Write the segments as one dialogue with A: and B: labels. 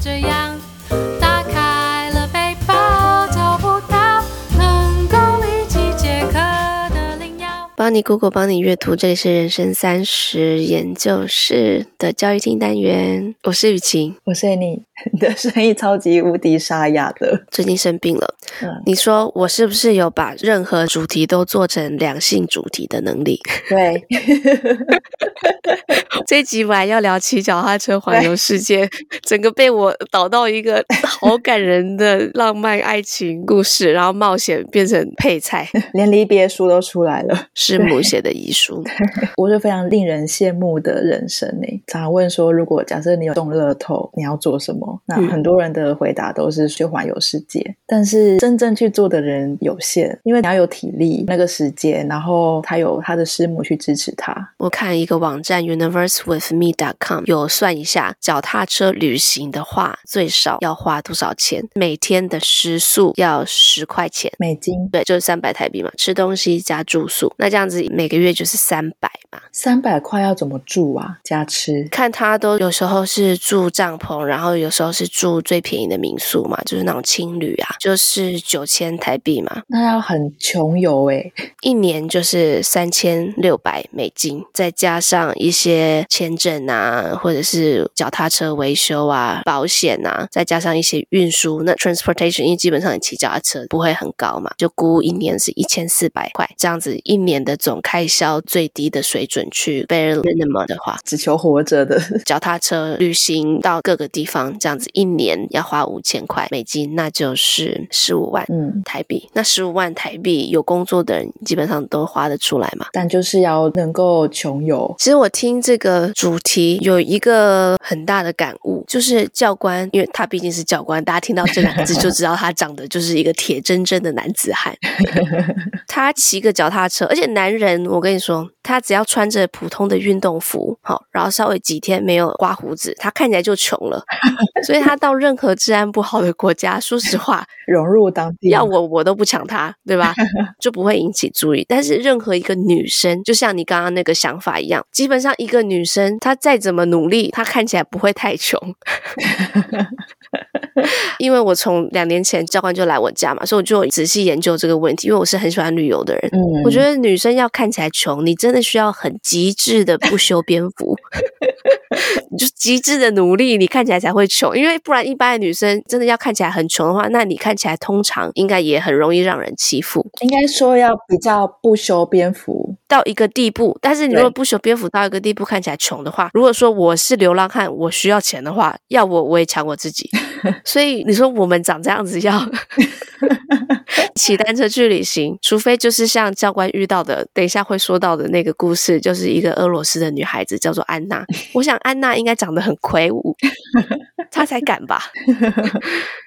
A: 这样。打开了背包，找不到能够立即解渴的灵药。
B: 帮你 Google，帮你阅读，这里是人生三十研究室的教育厅单元，我是雨晴。
C: 我是你，你的声音超级无敌沙哑的。
B: 最近生病了，
C: 嗯，
B: 你说我是不是有把任何主题都做成两性主题的能力？
C: 对，
B: 这一集本来要聊骑脚踏车环游世界，整个被我导到一个好感人的浪漫爱情故事，然后冒险变成配菜，
C: 连离别书都出来了，
B: 师母写的遗书。
C: 我是非常令人羡慕的人生呢。常常问说，如果假设你有中乐透，你要做什么？那
B: 嗯
C: 很多人的回答都是去环游世界，但是真正去做的人有限，因为你要有体力、那个时间，然后他有他的师母去支持他。
B: 我看一个网站 universewithme.com 有算一下，脚踏车旅行的话，最少要花多少钱？每天的食宿要十块钱。
C: 美金
B: 对，就是三百台币嘛，吃东西加住宿，那这样子每个月就是三百嘛。
C: 三百块要怎么住啊？加吃？
B: 看他都有时候是住帐篷，然后有时候是住最便宜的民宿嘛，就是那种青旅啊，就是九千台币嘛，
C: 那要很穷游哎、
B: 一年就是三千六百美金，再加上一些签证啊，或者是脚踏车维修啊、保险啊，再加上一些运输，那 transportation 因为基本上你骑脚踏车不会很高嘛，就估一年是一千四百块，这样子一年的总开销最低的水准去 bare minimum 的话，
C: 只求活着的
B: 脚踏车旅行到各个地方，这样子一年要花五千块美金，那就是十五万
C: 嗯，
B: 台币。那十五万台币，有工作的人基本上都花得出来嘛。
C: 但就是要能够穷游。
B: 其实我听这个主题有一个很大的感悟，就是教官，因为他毕竟是教官，大家听到这两个字就知道他长得就是一个铁铮铮的男子汉。他骑个脚踏车，而且男人，我跟你说，他只要穿着普通的运动服，好，然后稍微几天没有刮胡子，他看起来就穷了。所以他到任何治安不好的国家，说实话，
C: 融入当地，
B: 要我我都不抢他，对吧？ 就不会引起注意。但是任何一个女生，就像你刚刚那个想法一样，基本上一个女生她再怎么努力，她看起来不会太穷。 因为我从两年前教官就来我家嘛，所以我就有仔细研究这个问题，因为我是很喜欢旅游的人。
C: 嗯，
B: 我觉得女生要看起来穷，你真的需要很极致的不修边幅，你就极致的努力，你看起来才会穷。因为不然，一般的女生真的要看起来很穷的话，那你看起来通常应该也很容易让人欺负
C: 应该说要比较不修边幅，
B: 到一个地步。但是你如
C: 对
B: 果不修边幅到一个地步看起来穷的话，如果说我是流浪汉，我需要钱的话，要我我也抢我自己。所以你说我们长这样子要骑单车去旅行，除非就是像教官遇到的，等一下会说到的那个故事，就是一个俄罗斯的女孩子叫做安娜。我想安娜应该长得很魁梧，她才敢吧？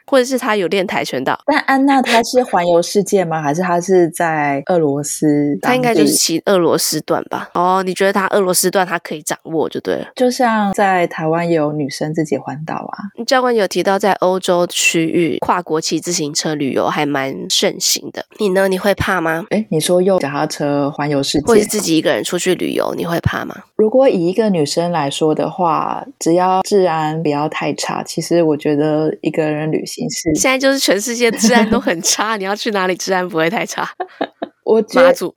B: 或者是她有练跆拳道，
C: 但安娜她是环游世界吗？还是她是在俄罗斯当地？
B: 她应该就是骑俄罗斯段吧？哦，你觉得她俄罗斯段她可以掌握就对了。
C: 就像在台湾也有女生自己环岛啊，
B: 教官有提到，在欧洲区域跨国骑自行车旅游还蛮盛行的。你呢？你会怕吗？
C: 哎，你说用脚踏车环游世
B: 或者是
C: 界，
B: 自己一个人出去旅游，你会怕吗？
C: 如果以一个女生来说的话，只要治安不要太差，其实我觉得一个人旅行是，
B: 现在就是全世界治安都很差，你要去哪里治安不会太差？
C: 我觉
B: 马
C: 得
B: 祖，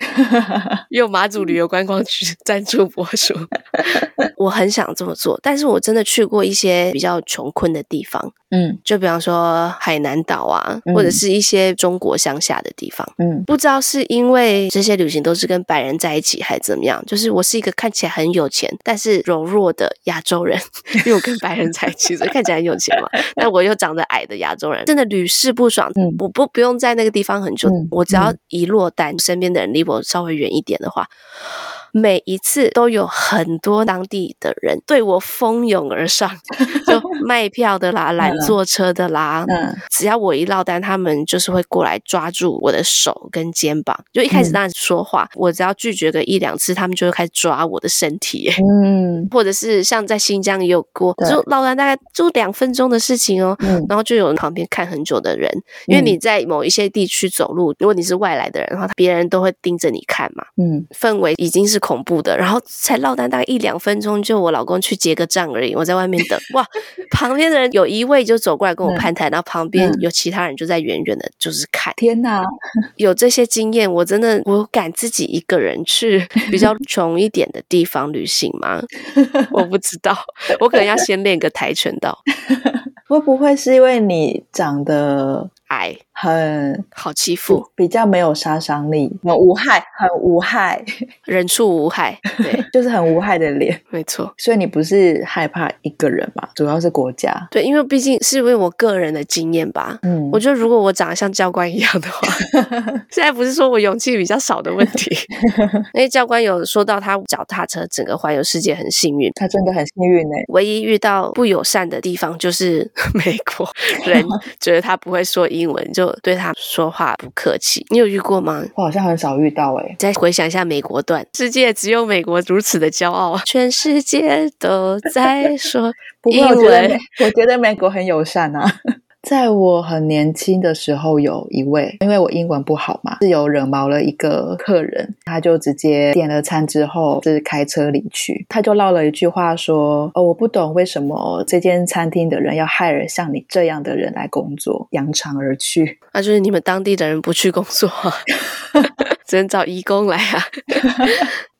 B: 用马祖旅游观光局赞助播出。 我很想这么做，但是我真的去过一些比较穷困的地方，
C: 嗯
B: 就比方说海南岛啊，
C: 嗯
B: 或者是一些中国乡下的地方。
C: 嗯，
B: 不知道是因为这些旅行都是跟白人在一起，还是怎么样？就是我是一个看起来很有钱，但是柔弱的亚洲人，因为我跟白人在一起，所以看起来很有钱嘛。 但我又长得矮的亚洲人，真的屡试不爽。
C: 嗯
B: 我不不用在那个地方很久，
C: 嗯
B: 我只要一落单，身边的人离我稍微远一点的话。每一次都有很多当地的人对我蜂拥而上， 就卖票的 啦、拦坐车的啦，
C: 嗯
B: 只要我一落单，他们就是会过来抓住我的手跟肩膀。就一开始
C: 嗯
B: 当然是说话，我只要拒绝个一两次，他们就会开始抓我的身体。 欸
C: 嗯
B: 或者是像在新疆也有过，
C: 对
B: 就落单大概就两分钟的事情哦。
C: 嗯
B: 然后就有人旁边看很久的人，因为
C: 嗯
B: 你在某一些地区走路，如果你是外来的人，然后别人都会盯着你看嘛，
C: 嗯，
B: 氛围已经是恐怖的，然后才落单大概一两分钟，就我老公去结个账而已，我在外面等，哇，旁边的人有一位就走过来跟我攀谈，然后旁边有其他人就在远远的，就是看。
C: 天哪，
B: 有这些经验，我真的我敢自己一个人去比较穷一点的地方旅行吗？我不知道，我可能要先练个跆拳道。
C: 会不会是因为你长得
B: 哎，
C: 很
B: 好欺负，
C: 比较没有杀伤力，很无害，很无害，
B: 人畜无害。对，
C: 就是很无害的脸？
B: 没错，
C: 所以你不是害怕一个人吧？主要是国家。
B: 对，因为毕竟是因为我个人的经验吧。
C: 嗯，
B: 我觉得如果我长得像教官一样的话，现在不是说我勇气比较少的问 题，因为教官有说到他脚踏车整个环游世界很幸运，
C: 他真的很幸运呢、欸
B: 唯一遇到不友善的地方就是 美 国人觉得他不会说英文，就对他说话不客气。你有遇过吗？
C: 我好像很少遇到哎、
B: 再回想一下美国段，世界只有美国如此的骄傲，全世界都在说
C: 不过
B: 英
C: 我觉得
B: 文
C: 美。， 我觉得美国很友善啊。 在我很年轻的时候，有一位，因为我英文不好嘛，是有惹毛了一个客人，他就直接点了餐之后，就是开车离去，他就唠了一句话说：“哦，我不懂为什么这间餐厅的人要害人像你这样的人来工作，扬长而去。
B: 那、啊就是你们当地的人不去工作、啊， 只能找义工来啊。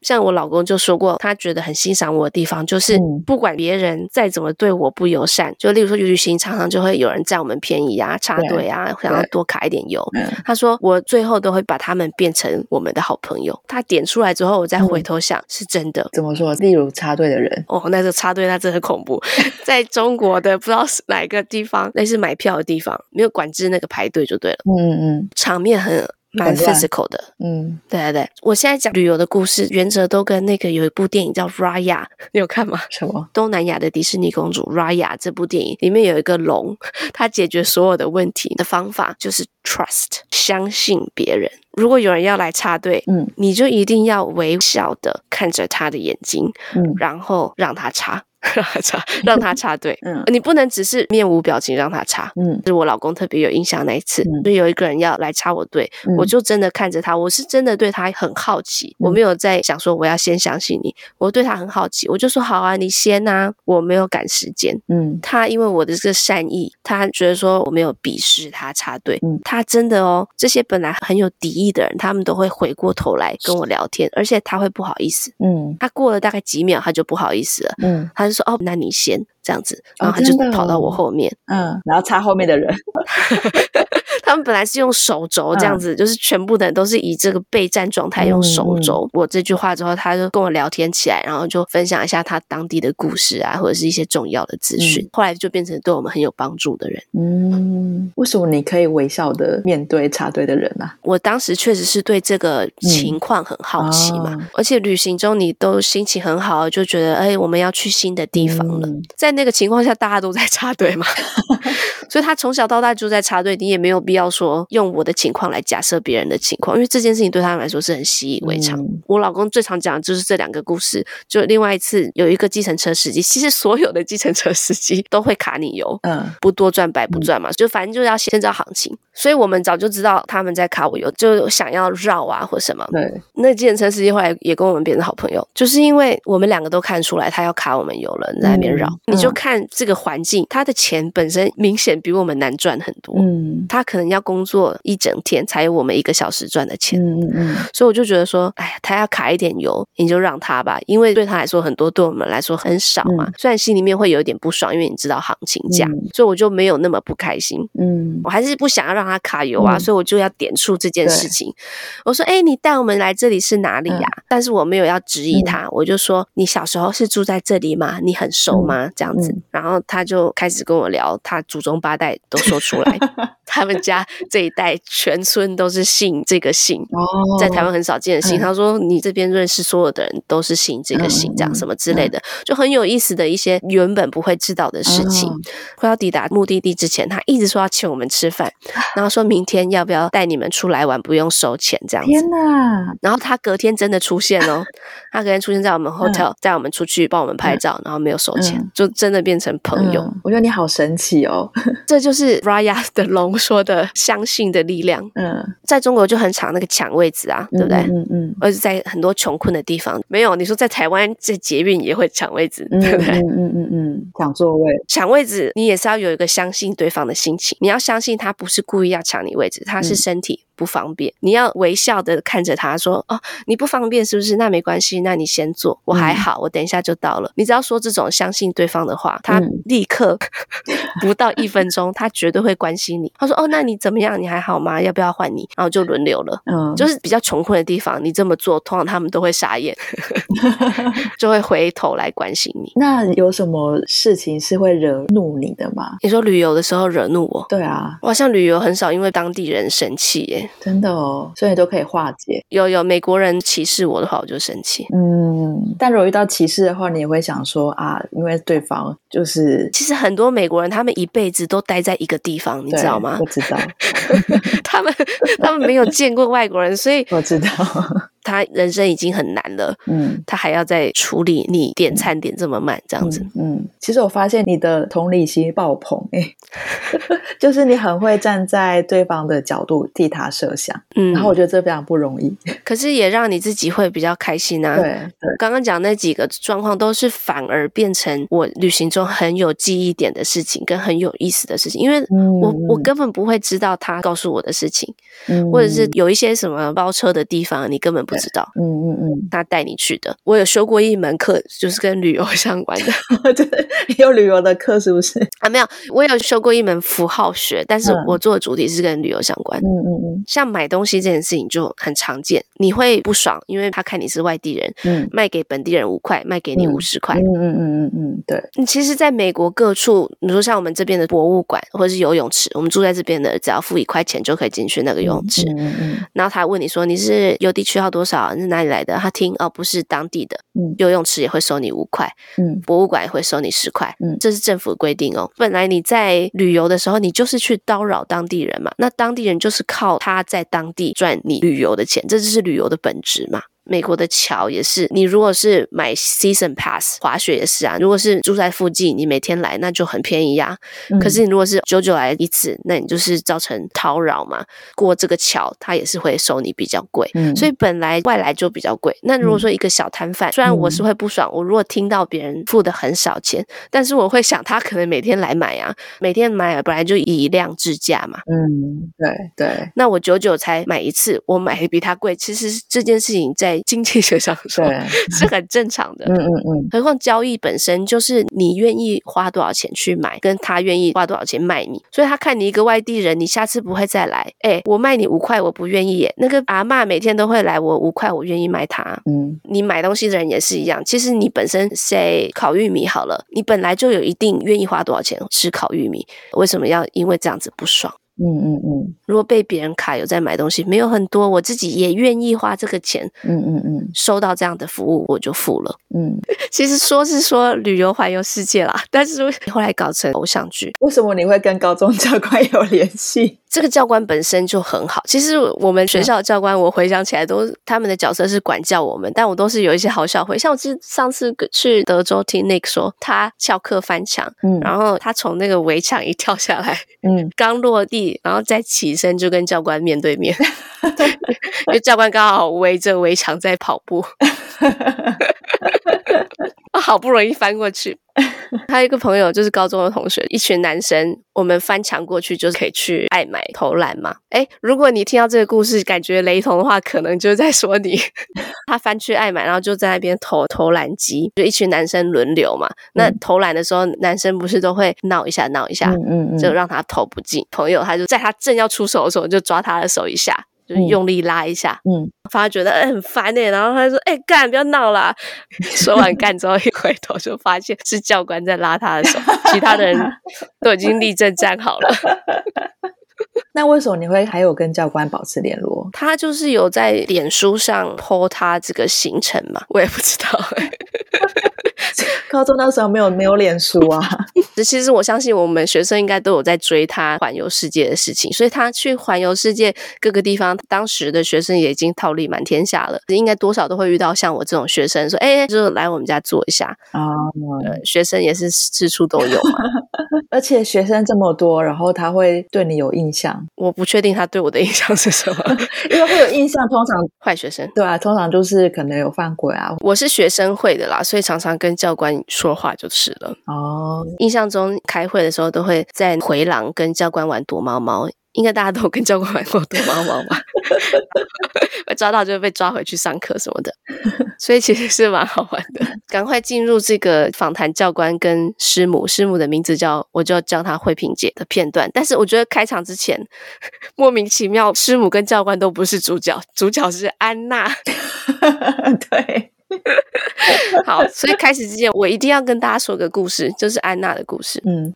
B: 像我老公就说过，他觉得很欣赏我的地方，就是
C: 嗯
B: 不管别人再怎么对我不友善，就例如说旅行常常就会有人占我们便宜啊、插
C: 对
B: 队啊，想要
C: 对
B: 多卡一点油。
C: 嗯
B: 他说我最后都会把他们变成我们的好朋友。他点出来之后，我再
C: 嗯
B: 回头想，是真的。
C: 怎么说？例如插队的人，
B: 哦，那个插队那真的恐怖， 在中国的不知道是哪个地方，类似买票的地方，没有管制那个排队就对了。
C: 嗯嗯
B: 场面很蛮
C: 很乱
B: physical 的。
C: 嗯，
B: 对对对，我现在讲旅游的故事，原则都跟那个有一部电影叫《Raya》，你有看吗？
C: 什么？
B: 东南亚的迪士尼公主 Raya 这部电影里面有一个龙，它解决所有的问题的方法就是 trust，相信别人。如果有人要来插队，
C: 嗯
B: 你就一定要微笑的看着他的眼睛，
C: 嗯
B: 然后让他插， 让他插，让他插队。
C: 嗯
B: 你不能只是面无表情让他插，
C: 嗯
B: 是我老公特别有印象那一次，
C: 嗯
B: 就有一个人要来插我队，
C: 嗯
B: 我就真的看着他，我是真的对他很好奇，我
C: 嗯
B: 没有在想说我要先相信你，我对他很好奇，我就说好啊，你先啊，我没有赶时间。
C: 嗯
B: 他因为我的这个善意，他觉得说我没有鄙视他插队，
C: 嗯
B: 他真的哦，这些本来很有敌意的人，他们都会回过头来跟我聊天，而且他会不好意思，
C: 嗯
B: 他过了大概几秒他就不好意思了，
C: 嗯
B: 他就说哦，那你先这样子，
C: 哦
B: 然后他就
C: 真的
B: 跑到我
C: 哦
B: 后面，
C: 嗯，然后插后面的人，
B: 他们本来是用手肘这样子，就是全部的人都是以这个备战状态用手肘。我这句话之后，他就跟我聊天起来，然后就分享一下他当地的故事啊，或者是一些重要的资讯。后来就变成对我们很有帮助的人。
C: 嗯，为什么你可以微笑的面对插队的人呢、啊？
B: 我当时确实是对这个情况很好奇嘛，
C: 啊
B: 而且旅行中你都心情很好，就觉得哎，我们要去新的地方了。
C: 嗯
B: 在那个情况下，大家都在插队 嘛，所以他从小到大就在插队，你也没有必要说用我的情况来假设别人的情况，因为这件事情对他来说是很习以为常。
C: 嗯
B: 我老公最常讲的就是这两个故事，就另外一次有一个计程车司机，其实所有的计程车司机都会卡你油，
C: 嗯
B: 不多赚白不赚嘛，就反正就要先知道行情，所以我们早就知道他们在卡我油，就想要绕啊或什么，
C: 对，
B: 那计程车司机后来也跟我们变成好朋友，就是因为我们两个都看出来他要卡我们油了，在那边绕。
C: 嗯
B: 你就看这个环境，他的钱本身明显比我们难赚很多，
C: 嗯
B: 他可能要工作一整天才有我们一个小时赚的钱。
C: 嗯嗯嗯，
B: 所以我就觉得说，哎呀，他要卡一点油，你就让他吧，因为对他来说很多，对我们来说很少嘛。
C: 嗯
B: 虽然心里面会有一点不爽，因为你知道行情价，
C: 嗯
B: 所以我就没有那么不开心。
C: 嗯
B: 我还是不想要让他卡油啊，
C: 嗯
B: 所以我就要点出这件事情。我说：“哎、你带我们来这里是哪
C: 嗯
B: 里呀、但是我没有要质疑他，我就说：“你小时候是住在这里吗？你很熟吗？”这样子，
C: 嗯
B: 然后他就开始跟我聊他祖宗八代都说出 来，他们家这一代全村都是姓这个姓。
C: 哦，
B: 在台湾很少见的姓，
C: 嗯
B: 他说你这边认识所有的人都是姓这个姓，这样
C: 嗯嗯
B: 什么之类的，就很有意思的一些原本不会知道的事情。
C: 嗯
B: 快要抵达目的地之前，他一直说要请我们吃饭，
C: 啊
B: 然后说明天要不要带你们出来玩，不用收钱这样子。
C: 天哪，
B: 然后他隔天真的出现哦，他隔天出现在我们 hotel，、带我们出去帮我们拍照，然后没有收钱，
C: 嗯
B: 就真的变成朋友。
C: 嗯我觉得你好神奇哦，
B: 这就是 Raya 的龙说的个相信的力量。
C: 嗯，
B: 在中国就很常那个抢位置啊，对不对？
C: 嗯嗯
B: 而且在很多穷困的地方，没有你说在台湾这捷运也会抢位置，
C: 嗯
B: 对不对？
C: 嗯嗯嗯嗯，抢座位，
B: 抢位置，你也是要有一个相信对方的心情。你要相信他不是故意要抢你位置，他是
C: 嗯
B: 身体不方便。你要微笑的看着他说：“哦，你不方便是不是？那没关系，那你先坐，我还
C: 嗯
B: 好，我等一下就到了。”你只要说这种相信对方的话，他
C: 嗯
B: 立刻不到一分钟，他绝对会关心你。他说：“哦，那你怎么样？你还好吗？要不要换你？”然后就轮流了。
C: 嗯，
B: 就是比较穷困的地方，你这么做，通常他们都会傻 眼，就会回头来关心你。
C: 那有什么事情是会惹怒你的吗？
B: 你说旅游的时候惹怒我，
C: 对啊，
B: 我好像旅游很少因为当地人生气耶。
C: 真的哦，所以都可以化解。
B: 有有美国人歧视我的话，我就生气。
C: 嗯，但如果遇到歧视的话，你也会想说啊，因为对方就是
B: 其实很多美国人，他们一辈子都待在一个地方，你
C: 对
B: 知道吗
C: 我？知道，
B: 他们他们没有见过外国人，所以
C: 我知道。
B: 他人生已经很难了，
C: 嗯
B: 他还要再处理你点餐点这么慢这样子。
C: 嗯嗯，其实我发现你的同理心爆棚诶、 就是你很会站在对方的角度替他设想，
B: 嗯，
C: 然后我觉得这非常不容易。
B: 可是也让你自己会比较开心啊。
C: 对对，
B: 刚刚讲那几个状况，都是反而变成我旅行中很有记忆点的事情，跟很有意思的事情，因为
C: 嗯
B: 我、我
C: 嗯
B: 根本不会知道他告诉我的事情，
C: 嗯
B: 或者是有一些什么包车的地方，你根本不知道。
C: 嗯嗯
B: 他带你去的，我有修过一门课，就是跟旅游 相关的
C: 嗯，就是有旅游的课是 不是？
B: 啊，没有，我有修过一门符号学，但是
C: 嗯
B: 我做的主题是跟旅游相关。
C: 嗯嗯
B: 像买东西这件事情就很常见，你会不爽，因为他看你是外地人，
C: 嗯
B: 卖给本地人五块，卖给你
C: 嗯
B: 五十块，
C: 嗯嗯嗯嗯嗯嗯，对，
B: 嗯其实，在美国各处，你说像我们这边的博物馆或者是游泳池，我们住在这边的，只要付一块钱就可以进去那个游泳池。
C: 嗯嗯
B: 然后他问你说你是邮递区号多少，你是哪里来的？他听哦，不是当地的。
C: 嗯
B: 游泳池也会收你五块，
C: 嗯
B: 博物馆也会收你十块。
C: 嗯
B: 这是政府的规定哦。本来你在旅游的时候，你就是去叨扰当地人嘛，那当地人就是靠他在当地赚你旅游的钱，这就是旅游的本质嘛。美国的桥也是，你如果是买 season pass 滑雪也是啊，如果是住在附近，你每天来那就很便宜啊。
C: 嗯，
B: 可是你如果是久久来一次，那你就是造成叨扰嘛。过这个桥，它也是会收你比较贵。
C: 嗯
B: 所以本来外来就比较贵，那如果说一个小摊贩，虽然我是
C: 嗯
B: 会不爽，我如果听到别人付的很少钱，但是我会想他可能每天来买啊，每天买本来就以量制价嘛，
C: 嗯，对对
B: 那我久久才买一次，我买的比他贵，其实这件事情在经济学上说
C: 对，
B: 是很正常的，
C: 嗯嗯嗯
B: 何况交易本身就是你愿意花多少钱去买，跟他愿意花多少钱卖你，所以他看你一个外地人，你下次不会再来。哎，我卖你五块，我不愿意耶。那个阿嬷每天都会来，我五块，我愿意卖他。啊
C: 嗯
B: 你买东西的人也是一样，其实你本身谁烤玉米好了，你本来就有一定愿意花多少钱吃烤玉米，为什么要因为这样子不爽？
C: 嗯嗯嗯
B: 如果被别人卡有在买东西，没有很多，我自己也愿意花这个钱，
C: 嗯嗯嗯
B: 收到这样的服务我就付了。
C: 嗯，
B: 其实说是说旅游环游世界啦，但是后来搞成偶像剧。
C: 为什么你会跟高中教官有联系？
B: 这个教官本身就很好。其实我们学校的教官，我回想起来都他们的角色是管教我们，但我都是有一些好笑回。像我记得上次去德州听 Nick 说，他翘课翻墙，
C: 嗯
B: 然后他从那个围墙一跳下来，
C: 嗯
B: 刚落地，然后再起身就跟教官面对面， 因为教官刚好围着围墙在跑步，我好不容易翻过去。还有一个朋友就是高中的同学，一群男生，我们翻墙过去就是可以去爱买投篮嘛。哎，如果你听到这个故事感觉雷同的话，可能就是在说你。 他翻去爱买，然后就在那边投投篮机，就一群男生轮流嘛。那
C: 嗯
B: 投篮的时候，男生不是都会闹一下闹一下，
C: 嗯嗯嗯，
B: 就让他投不进。朋友他就在他正要出手的时候，就抓他的手一下，就是
C: 嗯
B: 用力拉一下，
C: 嗯
B: 反而觉得、哎很烦哎、然后他就说：“哎、干，不要闹啦！” 说完干之后，一回头就发现是教官在拉他的手，其他的人都已经立正站好了。
C: 那为什么你会还有跟教官保持联络？
B: 他就是有在脸书上 po 他这个行程嘛，我也不知道、哎
C: 嗯高中那时候没有没有脸书啊，
B: 其实我相信我们学生应该都有在追他环游世界的事情，所以他去环游世界各个地方，当时的学生也已经桃李满天下了，应该多少都会遇到像我这种学生说，哎，就来我们家坐一下。
C: 啊、
B: 呃，学生也是四处都有嘛，
C: 而且学生这么多，然后他会对你有印象，
B: 我不确定他对我的印象是什么，
C: 因为会有印象，通常
B: 坏学生。
C: 对啊，通常就是可能有犯规啊，
B: 我是学生会的啦，所以常常跟教官说话就是了。
C: 哦，
B: 印象中开会的时候都会在回廊跟教官玩躲猫猫，应该大家都有跟教官玩过躲猫猫吧？被抓到就会被抓回去上课什么的，所以其实是蛮好玩的。赶快进入这个访谈教官跟师母，师母的名字叫我就叫她慧萍姐的片段。但是我觉得开场之前 莫名其妙，师母跟教官都不是主角，主角是安娜。
C: 对，
B: 好，所以开始之前我一定要跟大家说个故事，就是安娜的故事。
C: 嗯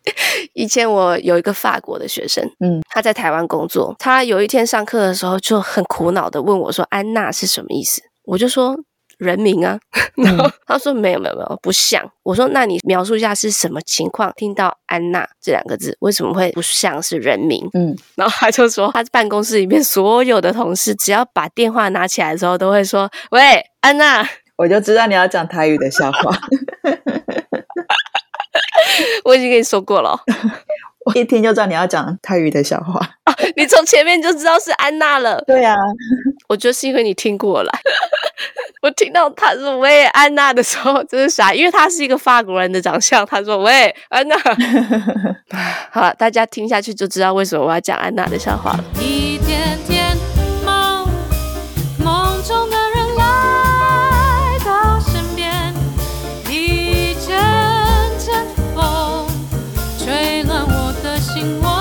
B: 以前我有一个法国的学生，
C: 嗯，
B: 他在台湾工作，他有一天上课的时候就很苦恼的问我说：“安娜是什么意思？”我就说。人名啊， 然后他说没有没有没有，不像。我说那你描述一下是什么情况？听到安娜这两个字，为什么会不像是人名？
C: 嗯，
B: 然后他就说，他办公室里面所有的同事，只要把电话拿起来的时候，都会说：“喂，安娜。”
C: 我就知道你要讲台语的笑话，
B: 我已经跟你说过了哦，
C: 我一听就知道你要讲台语的笑话。
B: 你从前面就知道是安娜了。
C: 对啊，
B: 我觉得是因为你听过来。 我听到他说“喂，安娜”的时候，真是傻，因为他是一个法国人的长相。他说“喂，安娜”，好了，大家听下去就知道为什么我要讲安娜的笑话了。
A: 一天天梦，梦中的人来到身边，一阵阵风吹乱我的心窝。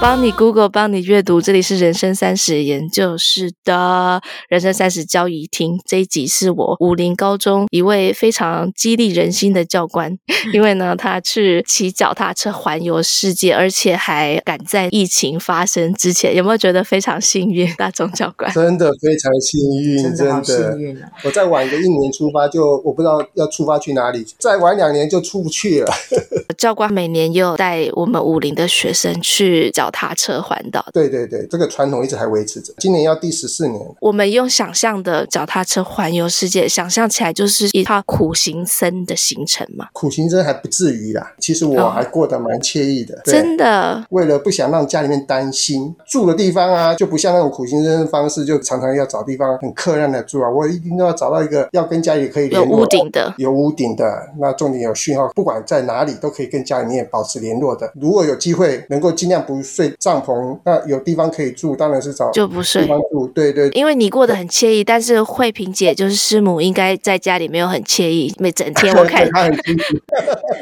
B: 帮你 Google，帮你阅读，这里是人生三十研究室的人生三十交易厅。这一集是我武林高中一位非常激励人心的教官，因为呢，他去骑脚踏车环游世界，而且还赶在疫情发生之前，有没有觉得非常幸运？大众教 官，
D: 真的非常幸运，真
C: 好幸运啊！
D: 我再晚个一年出发就，我不知道要出发去哪里，再晚两年就出不去了。
B: 教官每年也有带我们武林的学生去脚踏车环岛。
D: 对对对，这个传统一直还维持着，今年要第十四年了。
B: 我们用想象的脚踏车环游世界，想象起来就是一趟苦行僧的行程嘛。
D: 苦行僧还不至于啦，其实我还过得蛮惬意的。对
B: 真的，
D: 为了不想让家里面担心，住的地方啊，就不像那种苦行僧的方式，就常常要找地方很客让的住啊。我一定都要找到一个要跟家里可以
B: 有
D: 联络
B: 屋顶的
D: 有屋顶的，那重点有讯号，不管在哪里都可以跟家里面保持联络的。如果有机会能够尽量不睡帐篷，那有地方可以住，当然是找
B: 就不
D: 地
B: 睡
D: 方。住。对对，
B: 因为你过得很惬意，但是慧萍姐就是师母，应该在家里没有很惬意，每整天我 看
D: 他很辛苦，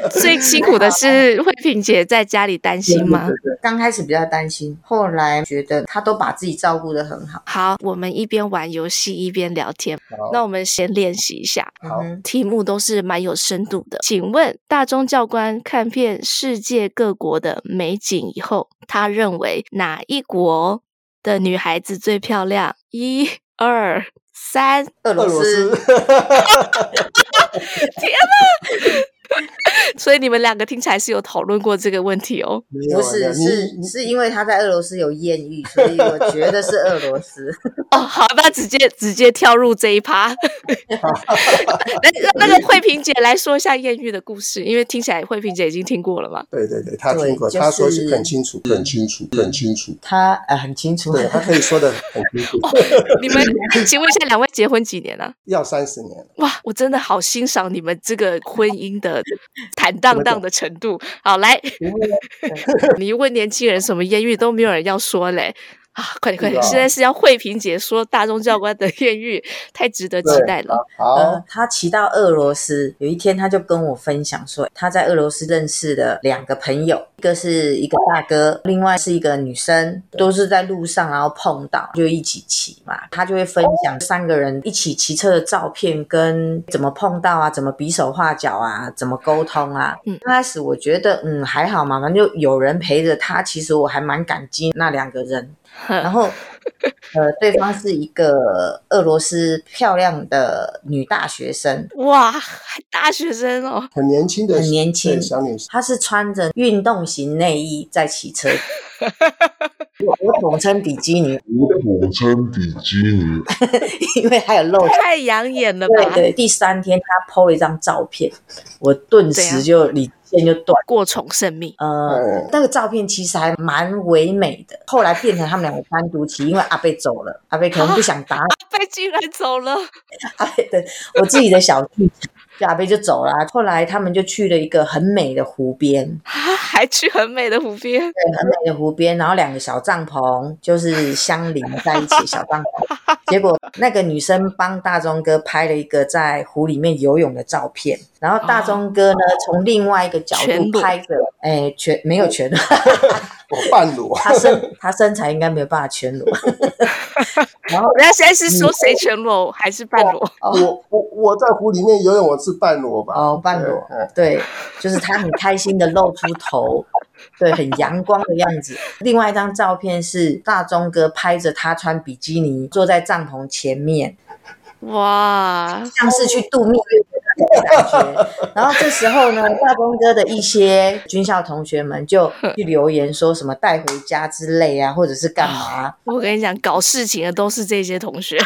B: 最辛苦的是慧萍姐在家里担心吗？
E: 刚开始比较担心，后来觉得他都把自己照顾得很好。
B: 好，我们一边玩游戏一边聊天。
D: 好
B: 那我们先练习一下，
D: 好
E: 嗯
B: 题目都是蛮有深度的。请问大中教官看遍世界各国的美景以后，他认为哪一国的女孩子最漂亮？一、二、三，
E: 哼俄
D: 俄
E: 罗
D: 罗斯
E: 斯，
B: 所以你们两个听起来是有讨论过这个问题哦。
D: 没有
E: 不
D: 啊
E: 是
D: 你
E: 是
D: 你
E: 是因为他在俄罗斯有艳遇，所以我觉得是俄罗斯。
B: 哦，好，那直接直接跳入这一 趴。那那那个慧萍姐来说一下艳遇的故事，因为听起来慧萍姐已经听过了 嘛。
D: 对对对，他
E: 对
D: 听过，
E: 就是
D: 他说是很清楚，很清楚，很清楚。
E: 他呃很清楚
D: 对他可以说的很清 楚，
B: 你们，请问一下，两位结婚几年了、
D: 要三十年了。
B: 哇，我真的好欣赏你们这个婚姻的坦荡荡的程度。好， 来，你一问年轻人什么艳遇都没有人要说嘞。啊，快点快点！
D: 是啊
B: 现在是要慧萍姐说大众教官的艳遇，太值得期
D: 对
B: 待了。
D: 好
E: 呃，，他骑到俄罗斯，有一天他就跟我分享说，他在俄罗斯认识的两个朋友，一个是一个大哥，另外是一个女生，都是在路上然后碰到就一起骑嘛。他就会分享三个人一起骑车的照片，跟怎么碰到啊，怎么比手画脚啊，怎么沟通啊。
B: 嗯
E: 刚开始我觉得嗯还好嘛，反正就有人陪着他，其实我还蛮感激那两个人。然后呃，对方是一个俄罗斯漂亮的女大学生，
B: 哇，大学生哦，
D: 很年轻的，
E: 很年轻
D: 对小女生。
E: 她是穿着运动型内衣在骑车，我我统称比基尼，
F: 我统称比基尼，
E: 因为她有露。
B: 太养眼了
E: 对
B: 吧？
E: 对，第三天她 PO 了一张照片，我顿
B: 怎
E: 时
B: 样
E: 就理线就断。
B: 过宠生命，
E: 呃，
D: 哎，
E: 那个照片其实还蛮唯美的，后来变成他们两个单独骑，因为阿贝走了，阿贝可能不想打
B: 被竟然走了，
E: 阿贝的我自己的小剧场，就阿贝就走了啊、后来他们就去了一个很美的湖边，
B: 啊还去很美的湖边，
E: 对，很美的湖边，然后两个小帐篷就是相邻在一起小帐篷。结果那个女生帮大钟哥拍了一个在湖里面游泳的照片，然后大钟哥呢从另外一个角
B: 哦全
E: 度
B: 裸哦
E: 拍着，哎，全没有全裸，
D: 我半裸，
E: 他身他身材应该没有办法全裸。 然后
B: 人家现在是说谁全裸还是半裸？
E: 哦
D: 我我我在湖里面游泳，我是半裸吧？
E: 哦半裸
D: 对，嗯
E: 对，就是他很开心的露出头，对，很阳光的样子。另外一张照片是大钟哥拍着他穿比基尼坐在帐篷前面，
B: 哇，
E: 像是去度蜜月的那种感觉。然后这时候呢，大钟哥的一些军校同学们就去留言说什么带回家之类啊，或者是干嘛。
B: 我跟你讲，搞事情的都是这些同学，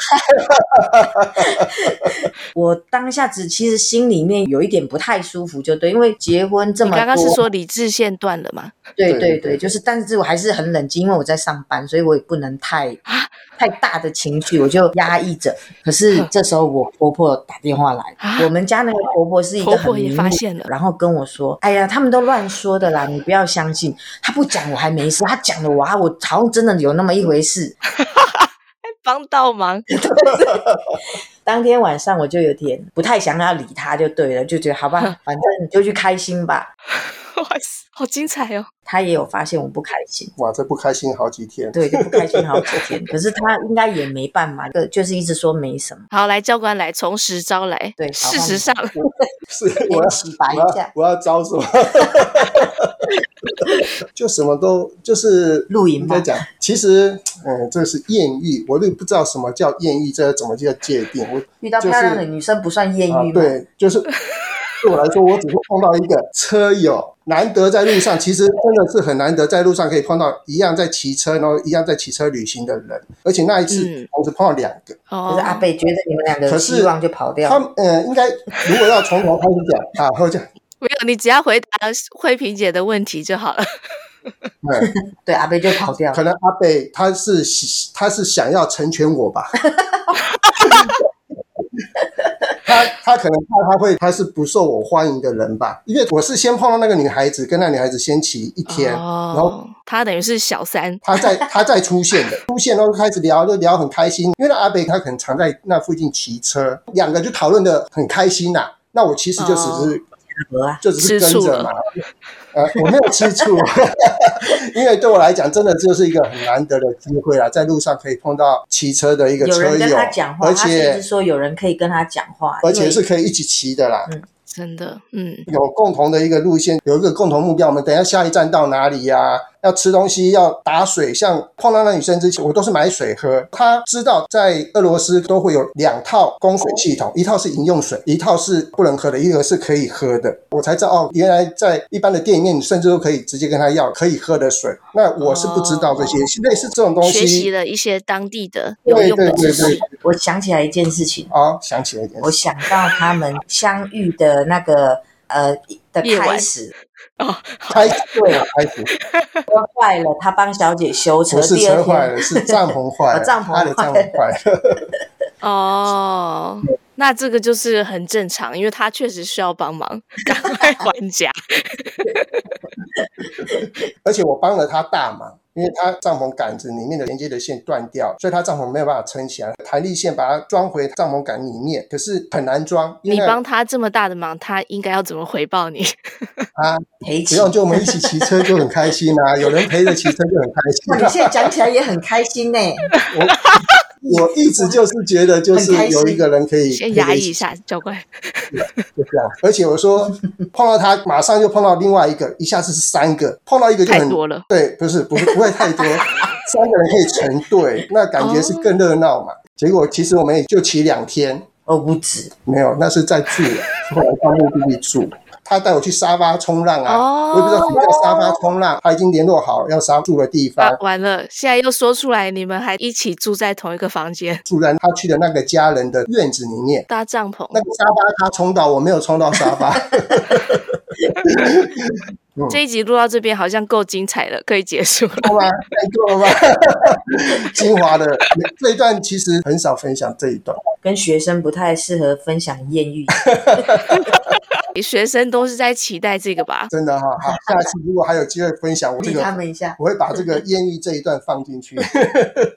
E: 我当下只其实心里面有一点不太舒服，就对，因为结婚这
B: 你
E: 么多，
B: 刚刚是说理智线断了吗？
E: 对
D: 对
E: 对
D: 对
E: 对，就是，但是我还是很冷静，因为我在上班，所以我也不能太
B: 啊
E: 太大的情绪，我就压抑着。可是这时候我婆婆打电话来，
B: 啊
E: 我们家那个婆婆是一个
B: 婆
E: 很
B: 婆也
E: 迷
B: 发
E: 路
B: 现了
E: 然后跟我说：“哎呀，他们都乱说的啦，你不要相信。她不讲我还没事，她讲了我啊，我好像真的有那么一回事。
B: 帮倒 忙，”
E: 当天晚上我就有点不太想要理她，就对了，就觉 得好吧，反正你就去开心吧。
B: 哇塞，好精彩哦！
E: 她也有发现我不开心。
D: 哇，这不开心好几天。
E: 对，就不开心好几天。可是他应该也没办法，呃就就是一直说没什么，
B: 好，来教官来，从实招来。
E: 对好
B: 事实上，
D: 是我要
E: 先洗白
D: 我要
E: 一下。
D: 我要招什么？ 就什么都就是
E: 露营
D: 应
E: 吗
D: 该讲，其实嗯，这是艳遇，我都不知道什么叫艳遇，这怎么叫界定？我
E: 遇到漂亮的女生不算艳
D: 啊
E: 遇，吗？
D: 对，就是对我来说，我只是碰到一个车友，难得在路上，其实真的是很难得在路上可以碰到一样在骑车，然后一样在骑车旅行的人，而且那一次
B: 嗯
D: 我只碰到两个。
B: 哦，
E: 就是阿贝觉得你们两个有
D: 可是
E: 希望就跑掉
D: 他
E: 了。
D: 们嗯、应该如果要从头开始讲啊，我讲
B: 没有，你只要回答慧萍姐的问题就好了。
D: 嗯。
E: 对，阿贝就跑掉
D: 可
E: 了。
D: 能阿贝他是喜他是想要成全我吧。他他可能怕他会他是不受我欢迎的人吧，因为我是先碰到那个女孩子，跟那女孩子先骑一天，然后
B: 哦，他等于是小三，
D: 他再他再出现的，出现然后开始聊，就聊很开心。因为那阿北他可能常在那附近骑车，两个就讨论的很开心呐、那我其实就只是、
E: 合啊
D: 就只是跟着嘛，呃，我没有吃醋， 因为对我来讲，真的就是一个很难得的机会啦，在路上可以碰到骑车的一个
E: 有
D: 车
E: 人跟
D: 友
E: 他讲，话，
D: 而
E: 他甚
D: 且
E: 至说有人可以跟他讲话，
D: 而且
E: 因为
D: 是可以一起骑的啦。
B: 真的，嗯，
D: 有共同的一个路线，有一个共同目标。我们等一下下一站到哪里呀、要吃东西，要打水。像碰到那女生之前，我都是买水喝。她知道在俄罗斯都会有两套供水系统，一套是饮用水，一套是不能喝的，一个是可以喝的。我才知道哦，原来在一般的店里面，你甚至都可以直接跟她要可以喝的水。那我是不知道这
E: 哦
D: 些，类似这种东
B: 学习
D: 西。
B: 了一些当地的有
D: 对
B: 用
D: 对
B: 的
D: 对
B: 知
D: 对
B: 识，，
E: 我想起来一件事情，
D: 哦，想起了一点
E: 我，想到他们相遇的那个呃的
B: 夜晚
E: 开始，
D: 开对了，开始
E: 车坏了，他帮小姐修车，
D: 不是
E: 第
D: 车
E: 二天
D: 坏了，是帐篷坏
E: 哦
D: 了，
E: 帐篷
D: 他的帐
E: 坏
D: 篷坏了。
B: 哦。那这个就是很正常，因为他确实需要帮 忙，赶快还价。
D: 而且我帮了他大忙，因为他帐篷杆子里面的连接的线断掉，所以他帐篷没有办法撑起来，弹力线把它装回帐篷杆里面，可是很难装，因
B: 你
D: 为
B: 帮他这么大的忙，他应该要怎么回报你？
D: 他
E: 赔
D: 不
E: 钱。
D: 用就我们一起骑车就很开心啊，有人陪着骑车就很
E: 哇，
D: 开
E: 你
D: 心、啊。
E: 现在讲起来也很开心呢、
D: 我一直就是觉得，就是
E: 很开心
D: 有一个人可以
B: 先压抑一
D: 下。
B: 下，教 官。
D: 就这样。而且我说碰到他，马上就碰到另外一个，一下子是三个，碰到一个就很
B: 太多了。
D: 对，不是不是不会太多，三个人可以成对，那感觉是更热闹嘛。结果其实我们也就骑两天，
E: 哦，不止，
D: 没有，那是在住， 后来到目的地住。他带我去沙发冲浪啊，
B: 哦
D: 我也不知道什么叫沙发冲浪，他已经联络好要沙住的地方
B: 啊，，完了，现在又说出来，你们还一起住在同一个房间，
D: 住在他去的那个家人的院子里面。
B: 搭帐篷。
D: 那个沙发他冲到，我没有冲到沙 发。嗯
B: 这一集录到这边好像够精彩了，可以结束 了。
D: 够吗？太够了吧？ 精华的这一段其实很少分享这一段，
E: 跟学生不太适合分享艳 遇。
B: 学生都是在期待这个吧？
D: 真的哈、好，下次如果还有机会分享我这
E: 理他
D: 个，
E: 们一下，
D: 我会把这个艳遇这一段放进去。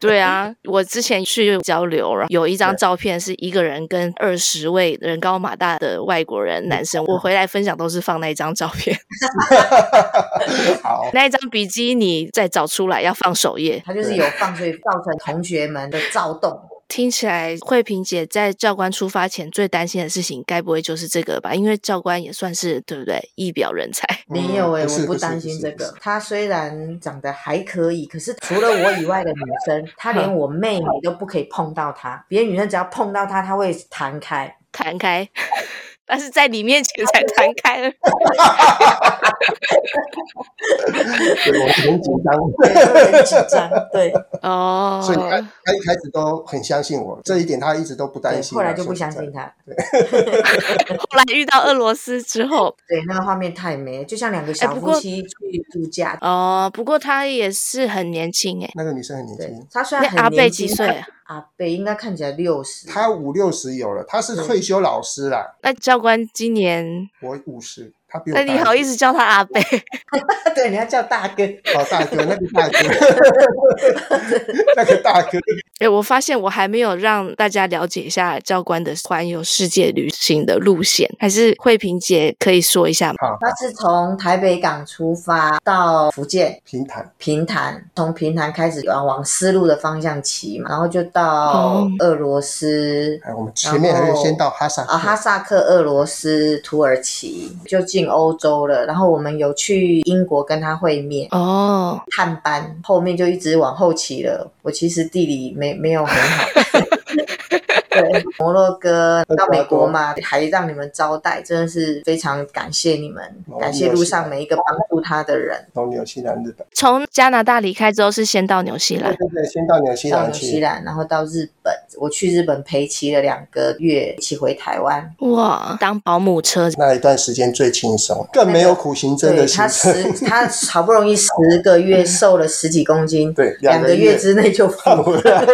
B: 对啊，我之前去交流，然后有一张照片是一个人跟二十位人高马大的外国
D: 嗯
B: 人男生，我回来分享都是放那一张照片，
D: 好，
B: 那一张比基尼再找出来要放首页。
E: 他就是有放，所以造成同学们的躁动。
B: 听起来慧萍姐在教官出发前最担心的事情，该不会就是这个吧？因为教官也算是对不对一表人才，
E: 没有哎、
D: 嗯
E: 我不担心这个。。她虽然长得还可以，可是除了我以外的女生，她连我妹妹都不可以碰到她。别的女生只要碰到她，她会弹开。
B: 弹开， 但是在你面前才弹开了。
D: 不是不是不是对，我很紧张，
E: 对，会很紧张，对，
B: 哦，
D: 所以他他一开始都很相信我，这一点他一直都不担
E: 对，
D: 心啊。
E: 后来就不
D: 说
E: 相
D: 实在
E: 信她。
B: 后来遇到俄罗斯之后，
E: 对，那个画面太美了，就像两个
B: 哎
E: 小
B: 不
E: 夫
B: 过
E: 妻去度假。
B: 哦，不过他也是很年轻诶。
D: 那个女生很年
E: 对
D: 轻，，
E: 她虽
B: 那
E: 然很
B: 阿贝
E: 年
B: 几
E: 轻，
B: 岁啊？
E: 阿贝应该看起来六十。
D: 她五六十有了，她是
E: 嗯
D: 退休老师啦，
B: 那教官今年，
D: 我五十，她比我
B: 那
D: 大。
B: 你好意思叫他阿贝？
E: 对，你要叫大哥。
D: 哦，大哥，那个大 哥，那个大哥，
B: 哎、我发现我还没有让大家了解一下教官的环游世界旅行的路线，还是慧萍姐可以说一下吗？
D: 好，
E: 他是从台北港出发到福建
D: 平潭，
E: 平潭，从平潭开始往往丝路的方向骑嘛，然后就到
B: 哦
E: 俄罗斯。
D: 哎，我们前面还是先到哈萨克，
E: 啊，哈萨克、俄罗斯、土耳其就进欧洲了。然后我们有去英国跟他会面
B: 哦，
E: 探班，后面就一直往后骑了。我其实地理没没有 很好，对，摩洛哥到美国
D: 呃
E: 嘛，还让你们招待，真的是非常感谢你们
D: 哦，
E: 感谢路上每一个帮助他的人。
D: 从纽西兰、日本，
B: 从加拿大离开之后是先到纽西
D: 对
B: 兰，
D: 对对，先到纽西
E: 到
D: 兰
E: 纽西
D: 去，
E: 兰，然后到日本，我去日本陪骑了两个月，一起回台湾。
B: 哇，当保姆车，
D: 那一段时间最轻松，更没有苦行僧
E: 对
D: 的行
E: 他
D: 程，
E: 十，他好不容易十个月瘦了十几公斤，
D: 对两
E: 两
D: 个
E: 个
D: 月
E: 月之内就
D: 胖
E: 胖
D: 回
E: 了，
D: 来，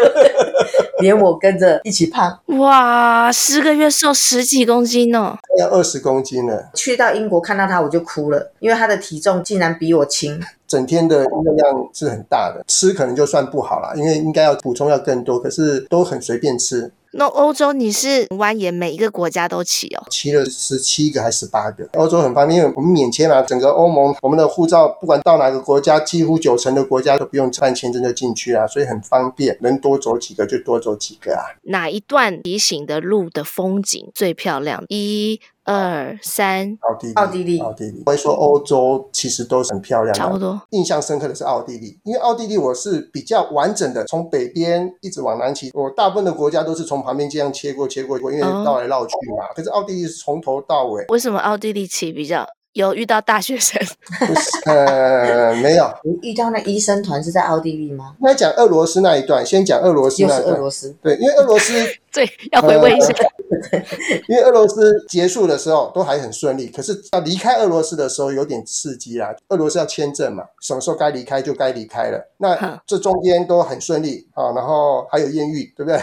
E: 连我跟着一起胖。
B: 哇，十个月瘦十几公斤哦，
D: 要二十公斤了，
E: 去到英国看到他我就哭了，因为他的体重竟然比我轻。
D: 整天的热量是很大的，吃可能就算不好啦，因为应该要补充要更多，可是都很随便吃，
B: 那欧洲你是蜿蜒每一个国家都骑哦，
D: 骑了十七个还是八个，欧洲很方便，因为我们免签嘛，整个欧盟我们的护照不管到哪个国家，几乎九成的国家都不用办签证就进去啊，所以很方便，能多走几个就多走几个啊。
B: 哪一段骑行的路的风景最漂亮？一、二、三，
D: 奥地利，
E: 奥地利
D: 奥地利，我会说欧洲其实都是很漂亮
B: 差不
D: 的。
B: 多。
D: 印象深刻的是奥地利，因为奥地利我是比较完整的，从北边一直往南骑，我大部分的国家都是从旁边这样切过切过，因为
B: 哦
D: 绕来绕去嘛。可是奥地利是从头到尾，
B: 为什么奥地利骑比较有遇到大学生？
D: 不是 呃没有，
E: 你遇到那医生团是在奥地利吗？
D: 应该讲俄罗斯那一段，先讲俄罗斯
E: 又
D: 那
E: 是
D: 一
E: 俄
D: 段。
E: 罗斯，
D: 对，因为俄罗斯，
B: 对，要回味一 下。
D: 因为俄罗斯结束的时候都还很顺利，可是要离开俄罗斯的时候有点刺激啦。俄罗斯要签证嘛，什么时候该离开就该离开了。那
B: 哼
D: 这中间都很顺利啊，然后还有艳遇，对不对？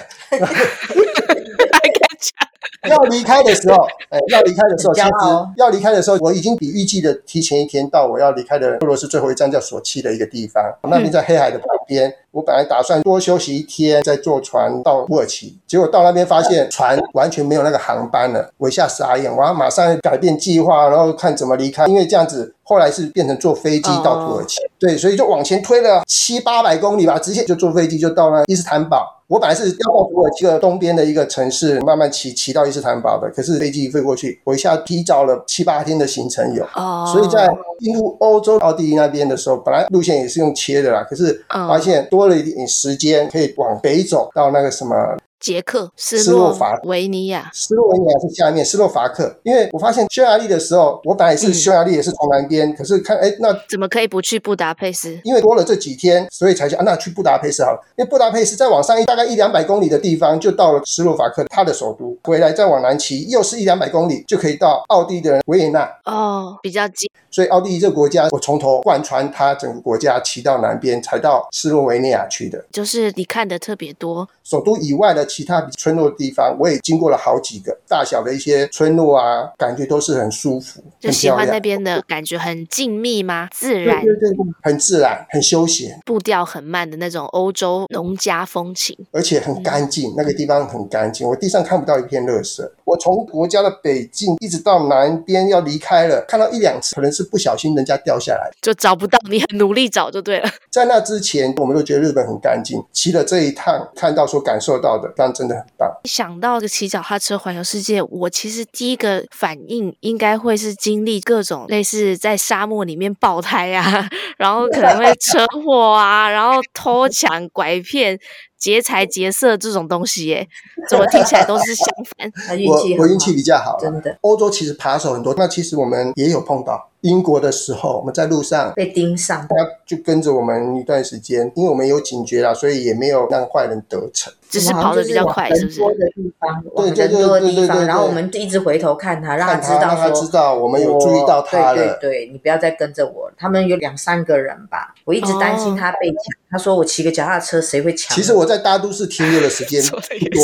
D: 要离开的时候， 哎，要离开的时候，其实
E: 很骄傲哦
D: 要离开的时候，我已经比预计的提前一天到我要离开的俄罗斯最后一站叫索契的一个地方，那边在黑海的旁边。我本来打算多休息一天，再坐船到土耳其，结果到那边发现船完全没有那个航班了，我一下傻眼，我要马上改变计划，然后看怎么离开，因为这样子后来是变成坐飞机
B: 哦
D: 到土耳其，对，所以就往前推了七八百公里吧，直接就坐飞机就到了伊斯坦堡。我本来是要到土耳其的东边的一个城市慢慢骑骑到伊斯坦堡的，可是飞机一飞过去，我一下提早了七八天的行程有。
B: 哦，
D: 所以在进入欧洲奥地利那边的时候，本来路线也是用切的啦，可是
B: 嗯
D: 发现多了一点时间，可以往北走到那个什么
B: 捷克、斯
D: 斯
B: 洛
D: 洛伐
B: 维尼亚，
D: 斯洛文尼亚是下面斯洛伐克。因为我发现匈牙利的时候，我本来是
B: 嗯
D: 匈牙利也是从南边，可是看哎那。
B: 怎么可以不去布达佩斯？
D: 因为多了这几天，所以才想、啊、那去布达佩斯好了。因为布达佩斯再往上一大概一两百公里的地方，就到了斯洛伐克它的首都。回来再往南骑，又是一两百公里，就可以到奥地利的维也纳。
B: 哦，比较近
D: 所以奥地利这个国家，我从头贯穿它整个国家，骑到南边，才到斯洛维尼亚去的。
B: 就是你看的特别多，
D: 首都以外的其他村落的地方，我也经过了好几个大小的一些村落啊，感觉都是很舒服，
B: 就
D: 很
B: 喜
D: 漂
B: 欢那
D: 亮，
B: 边的感觉，很静谧吗？自
D: 对
B: 然，
D: 对对，对很自然，很休闲，
B: 步调很慢的那种欧洲农家风情。
D: 而且很干
E: 嗯
D: 净。那个地方很干净，我地上看不到一片垃圾。我从国家的北境一直到南边要离开了，看到一两次，可能是不小心人家掉下来。
B: 就找不到，你很努力找就对了。
D: 在那之前，我们都觉得日本很干净，骑了这一趟，看到所感受到的，当然真的很棒。
B: 想到这个骑脚踏车环游世界，我其实第一个反应应该会是经历各种类似在沙漠里面爆胎啊， 然后可能会车祸啊， 然后偷抢、拐骗、劫财劫色这种东西耶，怎么听起来都是相 反？
E: 他运
D: 啊我
E: 气很好
D: 我运气比较好啦，
E: 真的
D: 欧洲其实扒手很多，那其实我们也有碰到。英国的时候，我们在路上，
E: 被盯上，
D: 他就跟着我们一段时间，因为我们有警觉啦，所以也没有让坏人得逞。
B: 只
E: 我
B: 是
E: 们好
B: 跑得
E: 像
B: 比
E: 就
B: 较
E: 往
B: 快，
E: 人
B: 是不是
E: 多？的地方，往
D: 对
E: 人多
D: 对对对
E: 的地
D: 对
E: 方，
D: 对
E: 然后我们就一直回头看他，让他
D: 看
E: 知
D: 他，让他
E: 说
D: 知道我们有注意到他
E: 对对
D: 了。
E: 对，你不要再跟着我。他们有两三个人吧，我一直担心他被抢。他说我骑个脚踏车，谁会抢？
D: 其实我在大都市停留的时间
B: 说得也
D: 多，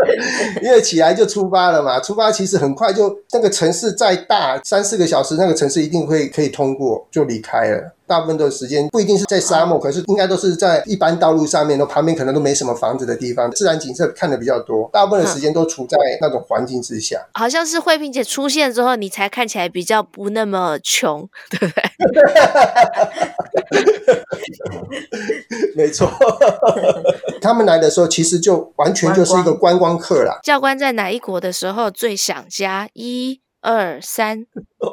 D: 因为起来就出发了嘛。出发其实很快就那个城市再大，三四个小时，那个城市一定会可以通过，就离开了。大部分的时间不一定是在沙漠，可是应该都是在一般道路上面，都旁边可能都没什么房子的地方，自然景色看的比较多。大部分的时间都处在那种环境之下。
B: 好像是慧萍姐出现之后，你才看起来比较不那么穷，对不对？
D: 没错， 他们来的时候其实就完全就是一个观光客啦。
B: 教官在哪一国的时候最想家？一、二、三，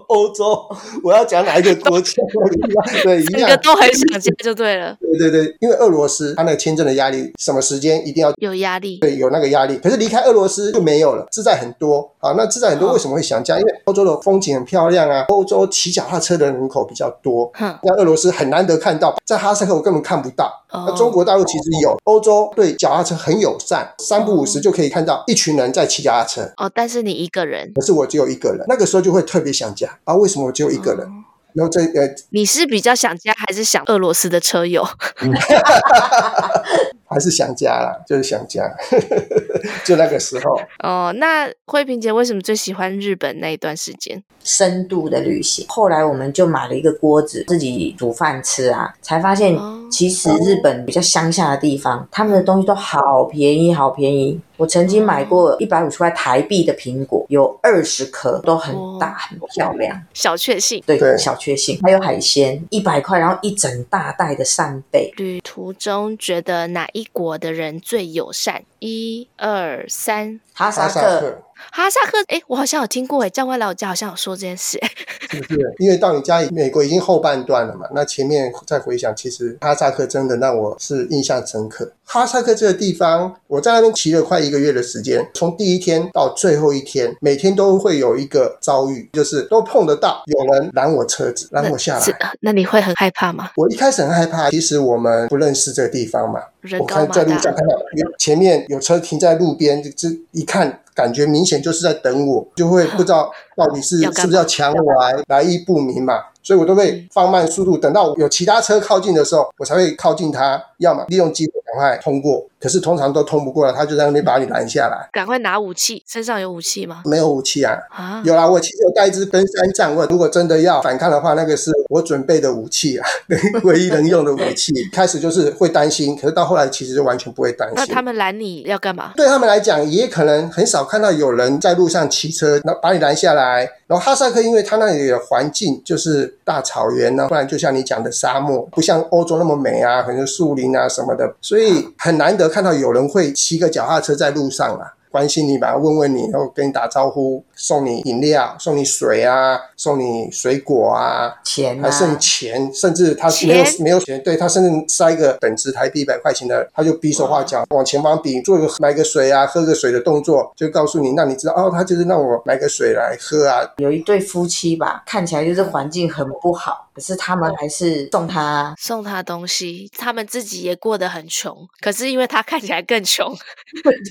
D: 欧洲，我要讲哪一个国家？ 对，一啊
B: 三
D: 样
B: 个。都很想家就对了，
D: 对对对，因为俄罗斯它那个签证的压力，什么时间一定要
B: 有压力。
D: 对有那个压力，可是离开俄罗斯就没有了，自在很多啊。那自在很多为什么会想家？因为欧洲的风景很漂亮啊，欧洲骑脚踏车的人口比较多。
B: 哼，
D: 那俄罗斯很难得看到，在哈萨克我根本看不到。那
B: 哦，
D: 中国大陆其实有，欧洲对脚踏车很友善，三不五时就可以看到一群人在骑脚踏车。
B: 哦，但是你一个人，
D: 可是我只有一个人，那个时候就会特别想家啊！为什么我只有一个人？
B: 哦
D: 然后这呃，
B: 你是比较想家还是想俄罗斯的车友？
D: 还是想家啦，就是想家， 就那个时候。
B: 哦，那慧萍姐为什么最喜欢日本那一段时间？
E: 深度的旅行。后来我们就买了一个锅子，自己煮饭吃啊，才发现
B: 哦
E: 其实日本比较乡下的地方，他们的东西都好便宜，好便宜。我曾经买过一百五十块台币的苹果，有二十颗，都很大，很漂亮。
B: 小确幸。
E: 对，
D: 对
E: 小确幸，还有海鲜，一百块，然后一整大袋的扇贝，
B: 旅途中觉得哪一国的人最友善？一、二、三，
E: 哈萨
D: 哈萨
E: 克。
D: 克
B: 哈萨克。哎，我好像有听过，哎，教官来我家好像有说这件事。诶
D: 是不是？因为到你家里，美国已经后半段了嘛，那前面再回想，其实哈萨克真的让我是印象深刻。哈萨克这个地方，我在那边骑了快一个月的时间，从第一天到最后一天，每天都会有一个遭遇，就是都碰得到有人拦我车子，拦我下
B: 是
D: 来。
B: 呃那你会很害怕吗？
D: 我一开始很害怕，其实我们不认识这个地方嘛，
B: 人
D: 我
B: 高
D: 看
B: 马
D: 在路上
B: 大，
D: 看到有前面有车停在路边，这这一看感觉明显就是在等我，就会不 知道到底是
B: 要干嘛嗯
D: 是不是要抢我来来意不明嘛，所以我都会放慢速度，等到有其他车靠近的时候，我才会靠近他，要么利用机会赶快通过，可是通常都通不过来，他就在那边把你拦下来，
B: 赶快拿武器，身上有武器吗？
D: 没有武器啊。
B: 啊，
D: 有啦，我其实有带一支登山杖。我如果真的要反抗的话，那个是我准备的武器啊， 唯一能用的武 器。开始就是会担心，可是到后来其实就完全不会担心。
B: 那他们拦你要干嘛？
D: 对他们来讲，也可能很少看到有人在路上骑车，那把你拦下来，然后哈萨克，因为它那里的环境就是大草原呢、不然就像你讲的沙漠，不像欧洲那么美啊，可能树林啊什么的，所以很难得看到有人会骑个脚踏车在路上啦、关心你吧，问问你，然后跟你打招呼，送你饮料，送你水啊，送你水果啊，
E: 钱啊
D: 还，剩钱，甚至他没有
B: 钱
D: 没有钱，对他甚至塞一个等值台币一百块钱的，他就比手画脚往前方比，做一个买个水啊、喝个水的动作，就告诉你，让你知道哦，他就是让我买个水来喝啊。
E: 有一对夫妻吧，看起来就是环境很不好，可是他们还是送他
B: 送他东西，他们自己也过得很穷，可是因为他看起来更穷，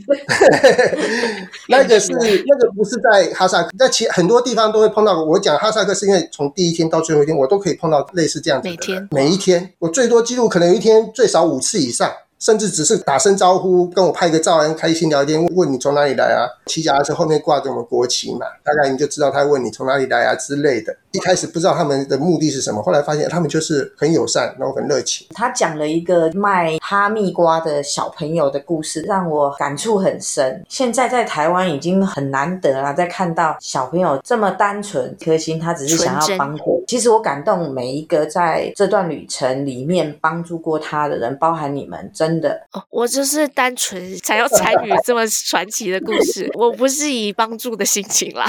D: 那 个
E: 啊
D: 是那个不是在哈萨克，在其很多地方都会碰到。我讲哈萨克是因为从第一天到最后一天，我都可以碰到类似这样子的人
B: 每天
D: 每一天，我最多记录可能有一天最少五次以上。甚至只是打声招呼，跟我拍个照，然后开心聊天，问你从哪里来啊？骑脚踏车后面挂着我们国旗嘛，大概你就知道他问你从哪里来啊之类的。一开始不知道他们的目的是什么，后来发现他们就是很友善，然后很热 情。
E: 他讲了一个卖哈密瓜的小朋友的故事，让我感触很深。现在在台湾已经很难得啊，在看到小朋友这么单纯、颗心，他只是想
B: 纯
E: 要
B: 真
E: 帮助。其实我感动每一个在这段旅程里面帮助过他的人，包含你们，真的
B: 哦，我就是单纯想要参与这么传奇的故事，我不是以帮助的心情啦。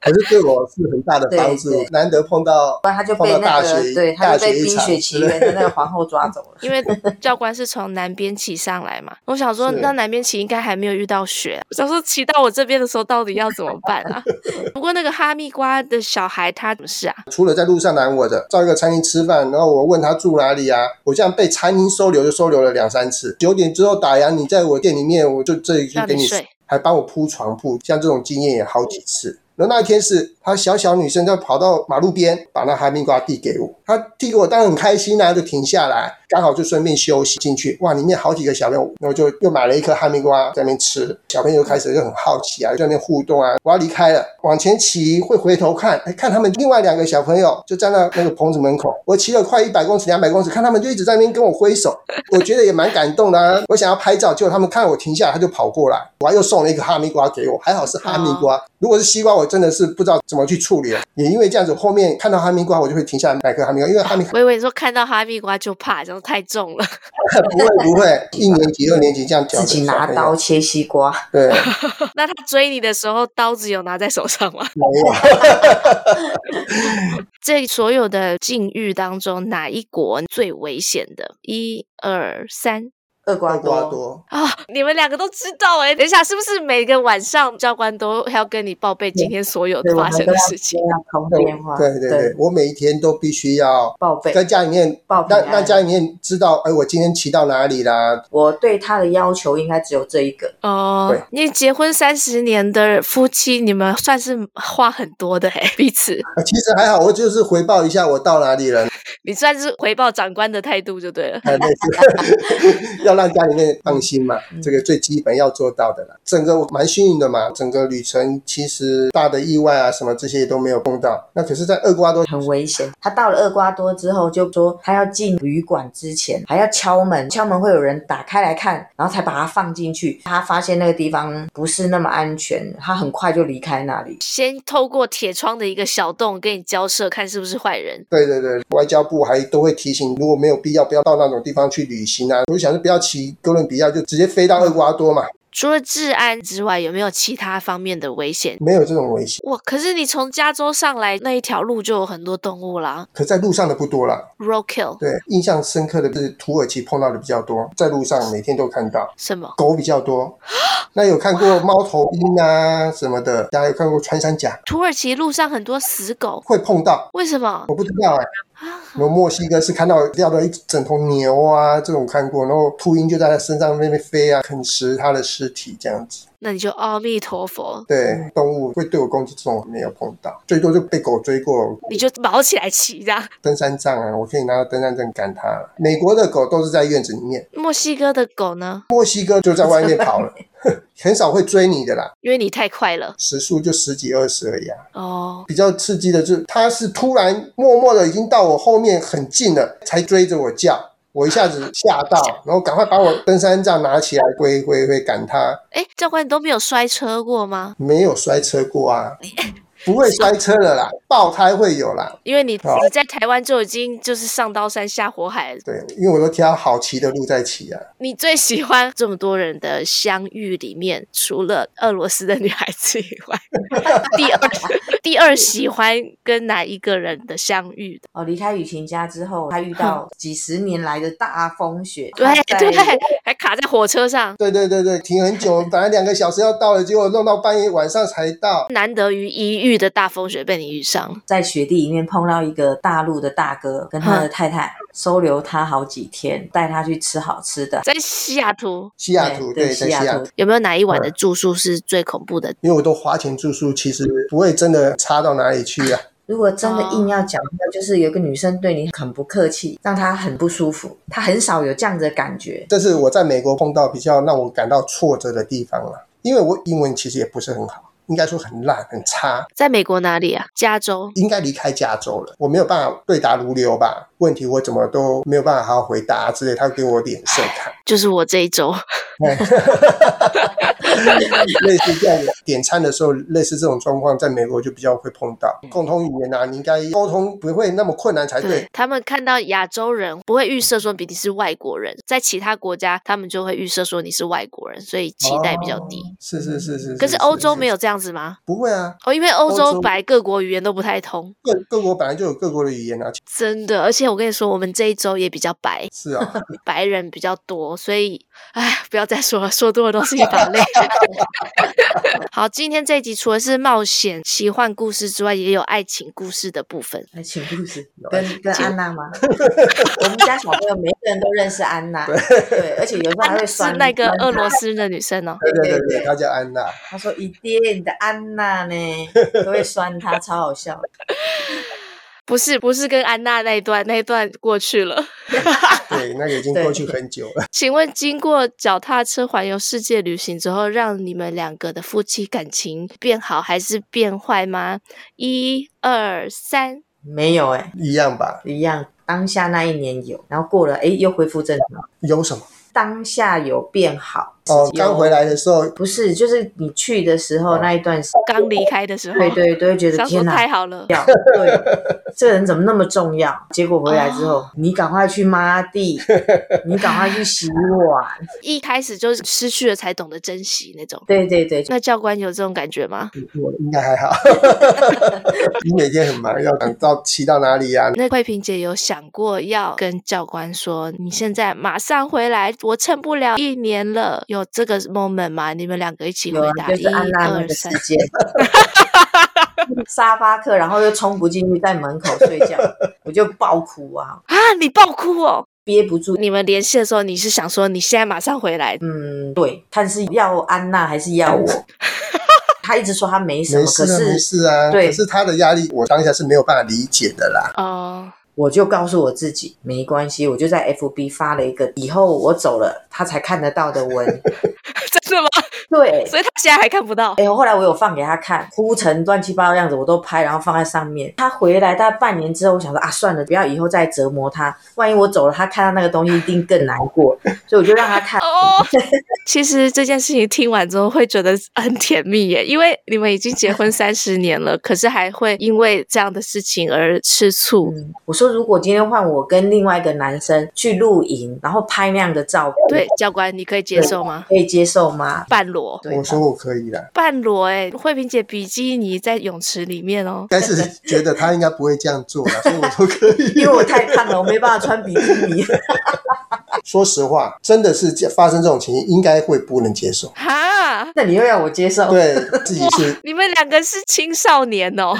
D: 可是对我是很大的帮
E: 对
D: 助
E: 对，
D: 难得碰到
E: 不然他就
D: 碰
E: 被
D: 到
E: 那
D: 大
E: 个
D: 学
E: 对，他
D: 大
E: 就被《
D: 一
E: 冰
D: 场
E: 雪奇
D: 之类
E: 缘》的 那个皇后抓走了。
B: 因为教官是从南边骑上来嘛，我想说
D: 是
B: 那南边骑应该还没有遇到雪啊，我想说骑到我这边的时候到底要怎么办啊？ 不过那个哈密瓜的小孩他怎么事啊？
D: 除了在路上拦我的，到一个餐厅吃饭，然后我问他住哪里啊，我这样被餐厅收留就收留了两三次。九点之后打烊，你在我店里面，我就这里就
B: 让
D: 给
B: 你
D: 你
B: 睡，
D: 还帮我铺床铺，像这种经验也好几次。然后那一天是她小小女生，就跑到马路边，把那哈密瓜递给我。她递给我，当然很开心啊，就停下来，刚好就顺便休息进去。哇，里面好几个小朋友，然后就又买了一颗哈密瓜在那边吃。小朋友就开始就很好奇啊，就在那边互动啊。我要离开了，往前骑会回头看，哎，看他们另外两个小朋友就站在那个棚子门口。我骑了快一百公尺、两百公尺，看他们就一直在那边跟我挥手， 我觉得也蛮感动的、啊。我想要拍照，结果他们看我停下来，他就跑过来，我还又送了一个哈密瓜给我，还好是哈密
E: 哦
D: 瓜。如果是西瓜，我真的是不知道怎么去处理了。也因为这样子，后面看到哈密瓜，我就会停下来买颗哈密瓜，因为哈密瓜
B: 我以为你说看到哈密瓜就怕，这样太重了。
D: 不会不会， 一年级、二年级这样教的
E: 自己
D: 小
E: 拿
D: 朋友
E: 刀，切 西瓜，
D: 对，
B: 那他追你的时候，刀子有拿在手上 吗？
D: 没有。
B: 这所有的境遇当中，哪一国最危险的？一二三
E: 厄瓜
D: 厄瓜
E: 多。
D: 多，
B: 啊、你们两个都知道哎、等一下，是不是每个晚上教官都要跟你报备今天所有
E: 对，我
B: 发
E: 们
B: 生
E: 都
B: 的
E: 要
B: 事情？
E: 要通电话，
D: 对对对，我每一天都必须要
E: 报备
D: 在家里面
E: 报平
D: 让
E: 安
D: 让家里面知道，哎，我今天骑到哪里啦？
E: 我对他的要求应该只有这一个。
B: 哦
D: 对，
B: 你结婚三十年的夫妻，你们算是话很多的哎、彼此，
D: 啊其实还好，我就是回报一下我到哪里了，
B: 你算是回报长官的态度就对 了。
D: 哎，类似，要让家里面放心嘛，这个最基本要做到的啦。整个我蛮幸运的嘛，整个旅程其实大的意外啊什么这些都没有碰到。那可是，在厄瓜多
E: 很危险。他到了厄瓜多之后，就说他要进旅馆之前还要敲门，敲门会有人打开来看，然后才把他放进去。他发现那个地方不是那么安全，他很快就离开那里。
B: 先透过铁窗的一个小洞跟你交涉，看是不是坏人。
D: 对对对，外交部还都会提醒，如果没有必要，不要到那种地方去旅行啊。我就想是不要骑哥伦比亚，就直接飞到厄瓜多嘛，
B: 除了治安之外，有没有其他方面的危险？
D: 没有这种危险。
B: 哇！可是你从加州上来那一条路就有很多动物啦
D: 可在路上的不多啦，
B: ，roadkill
D: 对，印象深刻的是土耳其碰到的比较多，在路上每天都看到。
B: 什么？
D: 狗比较多，那有看过猫头鹰啊什么的，大家有看过穿山甲
B: 土耳其路上很多死狗，
D: 会碰到，
B: 为什么
D: 我不知道哎、
B: 啊？
D: 然后墨西哥是看到掉了一整头牛啊，这种看过，然后秃鹰就在它身上那边飞啊，啃食它的尸体这样子。
B: 那你就阿弥陀佛，
D: 对，动物会对我攻击，这种没有碰到，最多就被狗追过
B: 你就毛起来骑这样。
D: 登山杖啊，我可以拿到登山杖赶它。美国的狗都是在院子里面，
B: 墨西哥的狗呢？
D: 墨西哥就在外面跑了， 很少会追你的啦，
B: 因为你太快了
D: 时速就十几二十而已啊。
B: 哦，
D: 比较刺激的就是，他是突然默默的已经到我后面很近了，才追着我叫，我一下子吓到，然后赶快把我登山杖拿起来挥挥挥赶他，
B: 哎，教官你都没有摔车过吗？
D: 没有摔车过啊，不会摔车了啦，爆胎会有啦。
B: 因为你
D: 好
B: 你在台湾就已经就是上刀山下火海了，
D: 对，因为我都挑好骑的路在骑啊。
B: 你最喜欢这么多人的相遇里面，除了俄罗斯的女孩子以 外，第二 第二喜欢跟哪一个人的相遇的？
E: 哦，离开雨晴家之后，他遇到几十年来的大风雪，
B: 对
E: 他在
B: 对，还卡在火车上，
D: 对对对对，停很久，本来两个小时要到了，结果弄到半夜晚上才到。
B: 难得于一遇的大风雪被你遇上，
E: 在雪地里面碰到一个大陆的大哥，跟他的太太收留他好几天，带他去吃好吃的。
B: 在西雅图
D: 西雅图，哎对，在
E: 西
D: 西雅
E: 雅
D: 图，，
B: 有没有哪一
D: 嗯
B: 晚的住宿是最恐怖的？
D: 因为我都花钱住宿，其实不会真的差到哪里去啊。
E: 如果真的
B: 哦
E: 硬要讲，那就是有一个女生对你很不客气，让她很不舒服。她很少有这样子的感觉。
D: 这是我在美国碰到比较让我感到挫折的地方了，因为我英文其实也不是很好，应该说很烂很差，
B: 在美国哪里啊？加州。
D: 应该离开加州了，我没有办法对答如流吧？问题我怎么都没有办法好好回答之类，他给我脸色 看，
B: 就是我这一周，
D: 啊类似这样的点餐的时候，类似这种状况，在美国就比较会碰
B: 嗯
D: 到。共同语言啊，你应该沟通不会那么困难才对。
B: 他们看到亚洲人不会预设说比你是外国人，在其他国家他们就会预设说你是外国人，所以期待比较低。
D: 哦是是是是，
B: 可是欧洲没有这
D: 样，
B: 样子吗？
D: 不会啊，
B: 哦，因为欧
D: 欧
B: 洲
D: 洲
B: 本来各国语言都不太通，
D: 各各国本来就有各国的语言啊，
B: 真的。而且我跟你说，我们这一周也比较白，
D: 是 啊，
B: 白人比较多，所以唉，不要再说了，说多了都是一把泪。 好，今天这一集除了是冒险奇幻故事之外，也有爱情故事的部分。
E: 哎，请故事跟跟安娜 吗？我们家小朋友每个人都认识安娜，对，而且有时候还会
B: 是
E: 酸
B: 那个俄罗
E: 斯。
B: 斯的女生哦，
D: 对对对对，他叫安娜。
E: 他说一定你的安娜 呢，都会酸她，超好笑。
B: 不是不是跟安娜那一段，那一段过去了。
D: 对，那个已经过去很久了。
B: 请问，经过脚踏车环游世界旅行之后，让你们两个的夫妻感情变好还是变坏吗？一二三，
E: 没有哎、
D: 一样吧？
E: 一样。当下那一年有，然后过了哎，又恢复正常。
D: 有什么？
E: 当下有变好
D: 哦，
E: 有
D: 刚回来的时候，
E: 不是，就是你去的时候那一段时间，
B: 哦刚离开的时候，
E: 对对，都会觉得
B: 想说
E: 天
B: 太
E: 哪，
B: 好了，
E: 要对，这个人怎么那么重要？结果回来之后，
B: 哦
E: 你赶快去抹地，你赶快去洗碗，
B: 一开始就失去了才懂得珍惜那种。
E: 对对对，
B: 那教官有这种感觉吗？
D: 我应该还 好。你每天很忙，要赶到骑到哪里呀、啊
B: 那慧萍姐有想过要跟教官说，你现在马上回来，我撑不了一年了，有这个 moment 吗？你们两个一起回
E: 有啊，
B: 答，
E: 就是按
B: 一
E: 娜那
B: 二
E: 个时
B: 三。
E: 间， 沙发客，然后又冲不进去，在门口睡觉，我就爆哭啊，
B: 啊，你爆哭哦！
E: 憋不住。
B: 你们联系的时候，你是想说你现在马上回来，
E: 嗯，对，看是要安娜还是要 我？他一直说他没什么，
D: 没事
E: 可
D: 啊，没
E: 是
D: 事啊。
E: 对
D: 可是他的压力，我当下是没有办法理解的啦。
B: 哦，
E: 我就告诉我自己没关系，我就在 FB 发了一个以后我走了他才看得到的 文。
B: 真 的吗？
E: 对，
B: 所以他现在还看不到
E: 哎、后来我有放给他看，哭成乱七八糟样子，我都拍，然后放在上面。他回来大概半年之后，我想说啊，算了，不要以后再折磨他，万一我走了，他看到那个东西一定更难过， 所以我就让他看。
B: 哦。其实这件事情听完之后会觉得很甜蜜耶，因为你们已经结 婚三十年了，可是还会因为这样的事情而吃醋。
E: 嗯，我说如果今天换我跟另外一个男生去露营，然后拍那样的照片，
B: 对，，教官，你可以接受吗？
E: 可以接受吗？
B: 半裸，
E: 对
D: 我说我可以啦，
B: 半裸哎，慧萍姐比基尼在泳池里面哦。
D: 但是觉得他应该不会这样做 啦，所以我都可以
E: 因。为我太胖了，我没办法穿比基尼。
D: 说实话，真的是发生这种情形，应该会不能接受。
B: 哈，
E: 那你又要我接受？
D: 对自己是
B: 你们两个是青少年哦，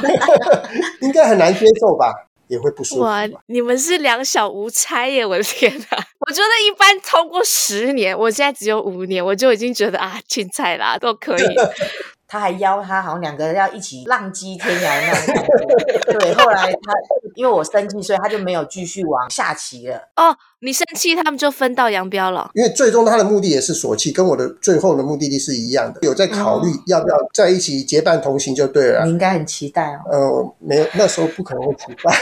D: 应该很难接受吧，也会不舒服
B: 哇
D: 吧。，
B: 你们是两小无猜耶！我的天啊哪， 我觉得一般超过十年，我现在只有五年，我就已经觉得啊，青菜啦都可 以。
E: 他还邀他，好像两个人要一起浪迹天涯的那种感觉。对，后来他因为我生气，所以他就没有继续往下棋了。
B: 哦，你生气，他们就分道扬镳了。
D: 因为最终他的目的也是索契，跟我的最后的目的地是一样的，有在考虑
E: 嗯
D: 要不要在一起结伴同行就对啊了啦。
E: 你应该很期待哦。
D: 呃，没有，那时候不可能会出 发。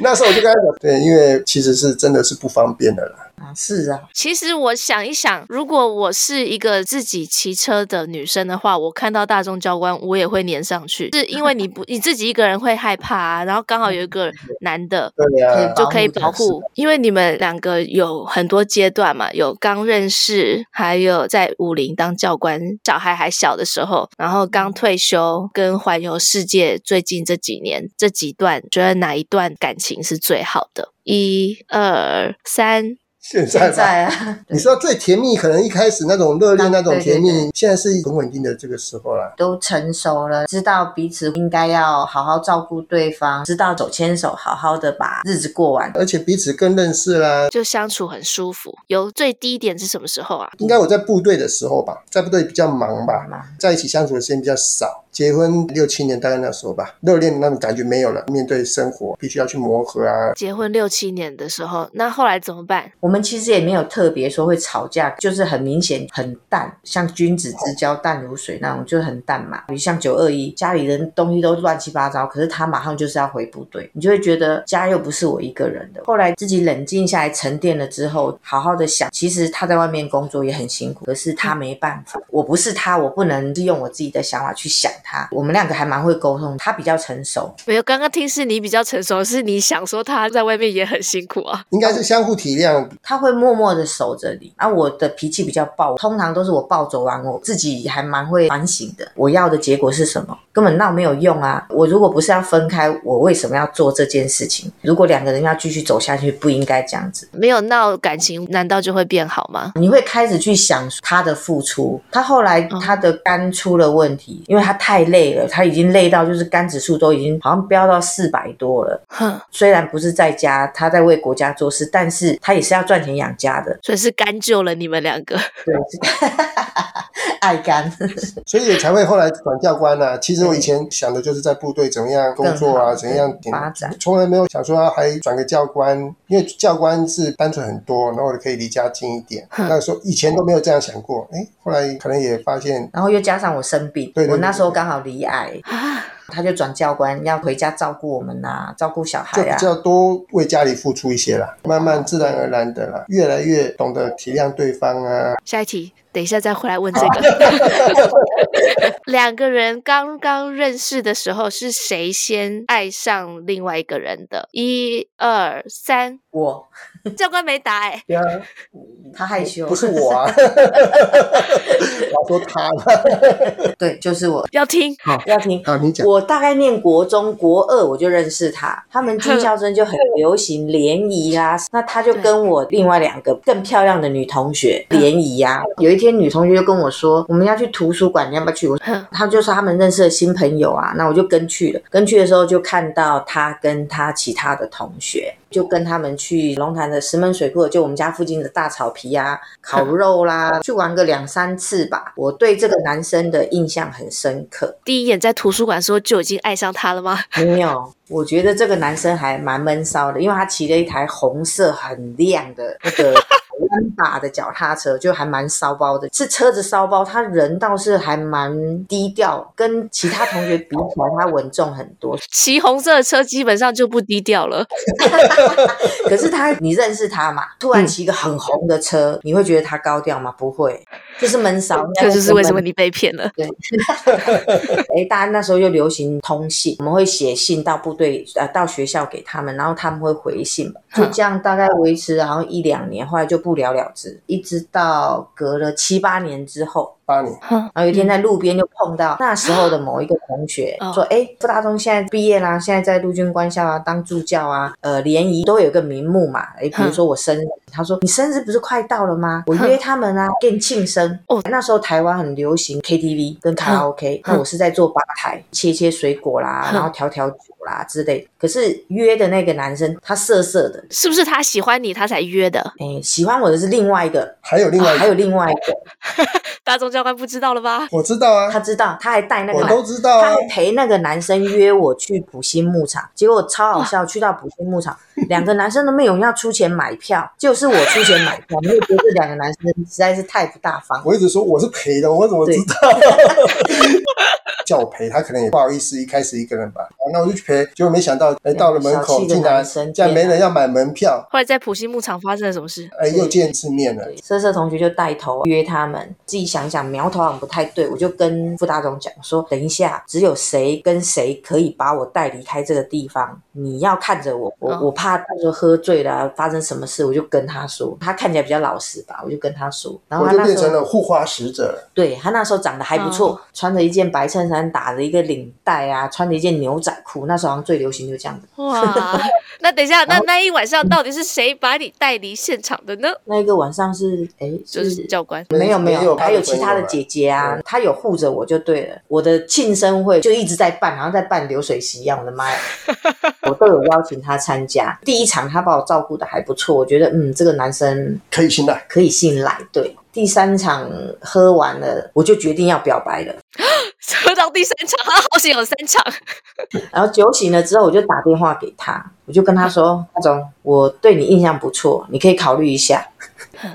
D: 那时候我就跟他讲，对，因为其实是真的是不方便的啦。
E: 啊，是 啊，
B: 其实我想一想，如果我是一个自己骑车的女生的话，我看到大众交关，我也会粘上去，是因为你不你自己一个人会害怕、啊，然后刚好有一 个男的。
D: 对
E: 可以
D: 呀、
E: 吧
B: 就可以保
E: 保护才是
B: 护，因为你们两个有很多阶段嘛，有刚认识，还有在武林当教官，小孩还小的时候，然后刚退休，跟环游世界，最近这几年这几段，觉得哪一段感情是最好的？一二三，
D: 现在
E: 现
D: 吧
E: 在啊，
D: 你说最甜蜜，可能一开始那种热恋那种甜蜜
E: 对对，
D: 现在是很稳定的这个时候啦。
E: 都成熟了，知道彼此应该要好好照顾对方，知道手牵手好好的把日子过完。
D: 而且彼此更认识啦。
B: 就相处很舒服。有最低点是什么时候啊？
D: 应该我在部队的时候吧，在部队比较忙吧，在一起相处的时间比较少。结婚六七年，大概那时候吧，热恋的那种感觉没有了。面对生活，必须要去磨合啊。
B: 结婚六七年的时候，那后来怎么办？
E: 我们其实也没有特别说会吵架，就是很明显很淡，像君子之交淡如水那种，就是很淡嘛。比如像九二一，家里人东西都乱七八糟，可是他马上就是要回部队，你就会觉得家又不是我一个人的。后来自己冷静下来沉淀了之后，好好的想，其实他在外面工作也很辛苦，可是他没办法，我不是他，我不能用我自己的想法去想他。我们两个还蛮会沟通，他比较成熟，
B: 没有，刚刚听是你比较成熟，是你想说他在外面也很辛苦啊。
D: 应该是相互体谅，
E: 他会默默的守着你。啊，我的脾气比较暴，通常都是我暴走完，我自己还蛮会反省的。我要的结果是什么？根本闹没有用啊！我如果不是要分开，我为什么要做这件事情？如果两个人要继续走下去，不应该这样子。
B: 没有闹感情，难道就会变好吗？
E: 你会开始去想他的付出。他后来
B: 嗯
E: 他的肝出了问题，因为他太累了，他已经累到就是肝指数都已经好像飙到四百多了。
B: 哼，
E: 虽然不是在家，他在为国家做事，但是他也是要赚钱养家的。
B: 所以是干救了你们两 个。
E: 对，爱干。
D: 所以也才会后来转教官啊。其实我以前想的就是在部队怎么样工作
E: 更好
D: 啊，
E: 的
D: 怎样点
E: 发展
D: 从来没有想说还转个教官，因为教官是单纯很多，然后可以离家近一点。
B: 哼
D: 那时候以前都没有这样想过，哎，后来可能也发现
E: 然后又加上我生病，
D: 对对对
E: 我那时候刚好离癌，
B: 啊，
E: 他就转教官要回家照顾我们呐、照顾小
D: 就
E: 孩
D: 比
E: 啊。哦
D: 较多为家里付出一些啦，慢慢自然而然的啦，越来越懂得体谅对方啊。
B: 下一题，等一下再回来问这个。 两个人刚刚认识的时候，是谁先爱上另外一个人的？一二三，
E: 我
B: 教官没答哎、
D: 对啊，
E: 他害羞，
D: 不是我啊，老说他了。
E: 对，就是我
B: 要听
E: 要听。
D: 好，你讲。
E: 我大概念国中、国二我就认识他，他们军校生就很流行联谊啊，那他就跟我另外两个更漂亮的女同学联谊啊。有一天女同学就跟我说，我们要去图书馆，你要不要去？我
B: 哼
E: 他就说他们认识的新朋友啊，那我就跟去了。跟去的时候就看到他跟他其他的同学，就跟他们去龙潭的石门水库，就我们家附近的大草皮啊，烤肉啦，去玩个两三次吧。我对这个男生的印象很深刻。
B: 第一眼在图书馆的时候就已经爱上他了吗？
E: 没有，我觉得这个男生还蛮闷骚的，因为他骑了一台红色很亮的那 个弯把的脚踏车，就还蛮骚包的。是车子骚包，他人倒是还蛮低调，跟其他同学比起来，他稳重很 多。
B: 骑红色的车基本上就不低调了。
E: 可是他，你认识他嘛？突然骑一个很红的车，你会觉得他高调吗？不会，就是闷骚。
B: 这就是为什么
E: 你。
B: 你被骗了。
E: 哎，大家那时候又流行通信，我们会写信到部队呃到学校给他们，然后他们会回信嘛，就
B: 嗯
E: 这样大概维持了好像一两年，后来就不了了之，一直到隔了七八年之后，
D: 八年，
B: 哼，
E: 然后有一
D: 嗯
E: 天在路边就碰到那时候的某一个同学，
B: 哦
E: 说：“哎，傅大中现在毕业啦，现在在陆军官校啊，当助教啊，呃，联谊都有一个名目嘛。哎，比如说我生日，他说你生日不是快到了吗？我约他们啊，给你庆生。
B: 哦
E: 那时候台湾很流行 KTV 跟卡拉 OK，
B: 哼
E: 那我是在做吧台，切切水果啦，
B: 哼
E: 然后调调酒啦之类的。可是约的那个男生，他色色的。”
B: 是不是他喜欢你，他才约的？
E: 哎，喜欢我的是另外一个，
D: 还有另外一
E: 啊还
D: 个，
E: 有另外一个，
B: 大众教官不知道了吧？
D: 我知道
E: 他
D: 啊，
E: 知道，他还带那个
D: 我
E: 男
D: 都知道啊
E: 他。还陪那个男生约我去普星牧场，结果超好笑。去到普星 牧场，两个男生都没有人要出钱买票，就是我出钱买票。你会觉得这两个男生实在是太不大方。
D: 我一直说我是陪 的，我怎么知道？叫我陪他，可能也不好意思，一开始一个人吧。哦那我就去陪，结果没想到，哎，到了门
E: 小
D: 口
E: 气的
D: 竟然
E: 男生
D: 竟然没
E: 天哪
D: 人要买门票，
B: 后来在普西牧场发生了什么事？
D: 哎，又见一次面了。
E: 色色同学就带头约他们，自己想想苗头好像不太对，我就跟副大总讲说，等一下只有谁跟谁可以把我带离开这个地方，你要看着我，我
D: 哦
B: 嗯
E: 我怕到时候喝醉了、啊发生什么事，我就跟他说，他看起来比较老实吧，我就跟他说，然后
D: 我
E: 他
D: 就
E: 那
D: 变
E: 时
D: 成
E: 候
D: 了护花使者，
E: 对他那时候长得还不错，
B: 嗯
E: 穿着一件白衬衫，打着一个领带啊，穿着一件牛仔裤，那时候好像最流行就这样子。
B: 哇，那等一下，那那一晚上到底是谁把你带离现场的呢？
E: 那一个晚上是哎，
B: 就是教官。
E: 没有没
D: 没有
E: 有，
D: 他的
E: 还有其他
D: 朋友
E: 的
D: 啊
E: 姐姐啊，她有护着我就对了。我的庆生会就一直在办，好像在办流水席一样。我的妈 呀，我都有邀请她参加。第一场她把我照顾的还不错，我觉得嗯，这个男生
D: 可以信赖。
E: 可以信赖。对，第三场喝完了，我就决定要表白了。
B: 喝到第三场，啊，好险有三场。
E: 然后酒醒了之后，我就打电话给他，我就跟他说：“阿总，我对你印象不错，你可以考虑 一下。”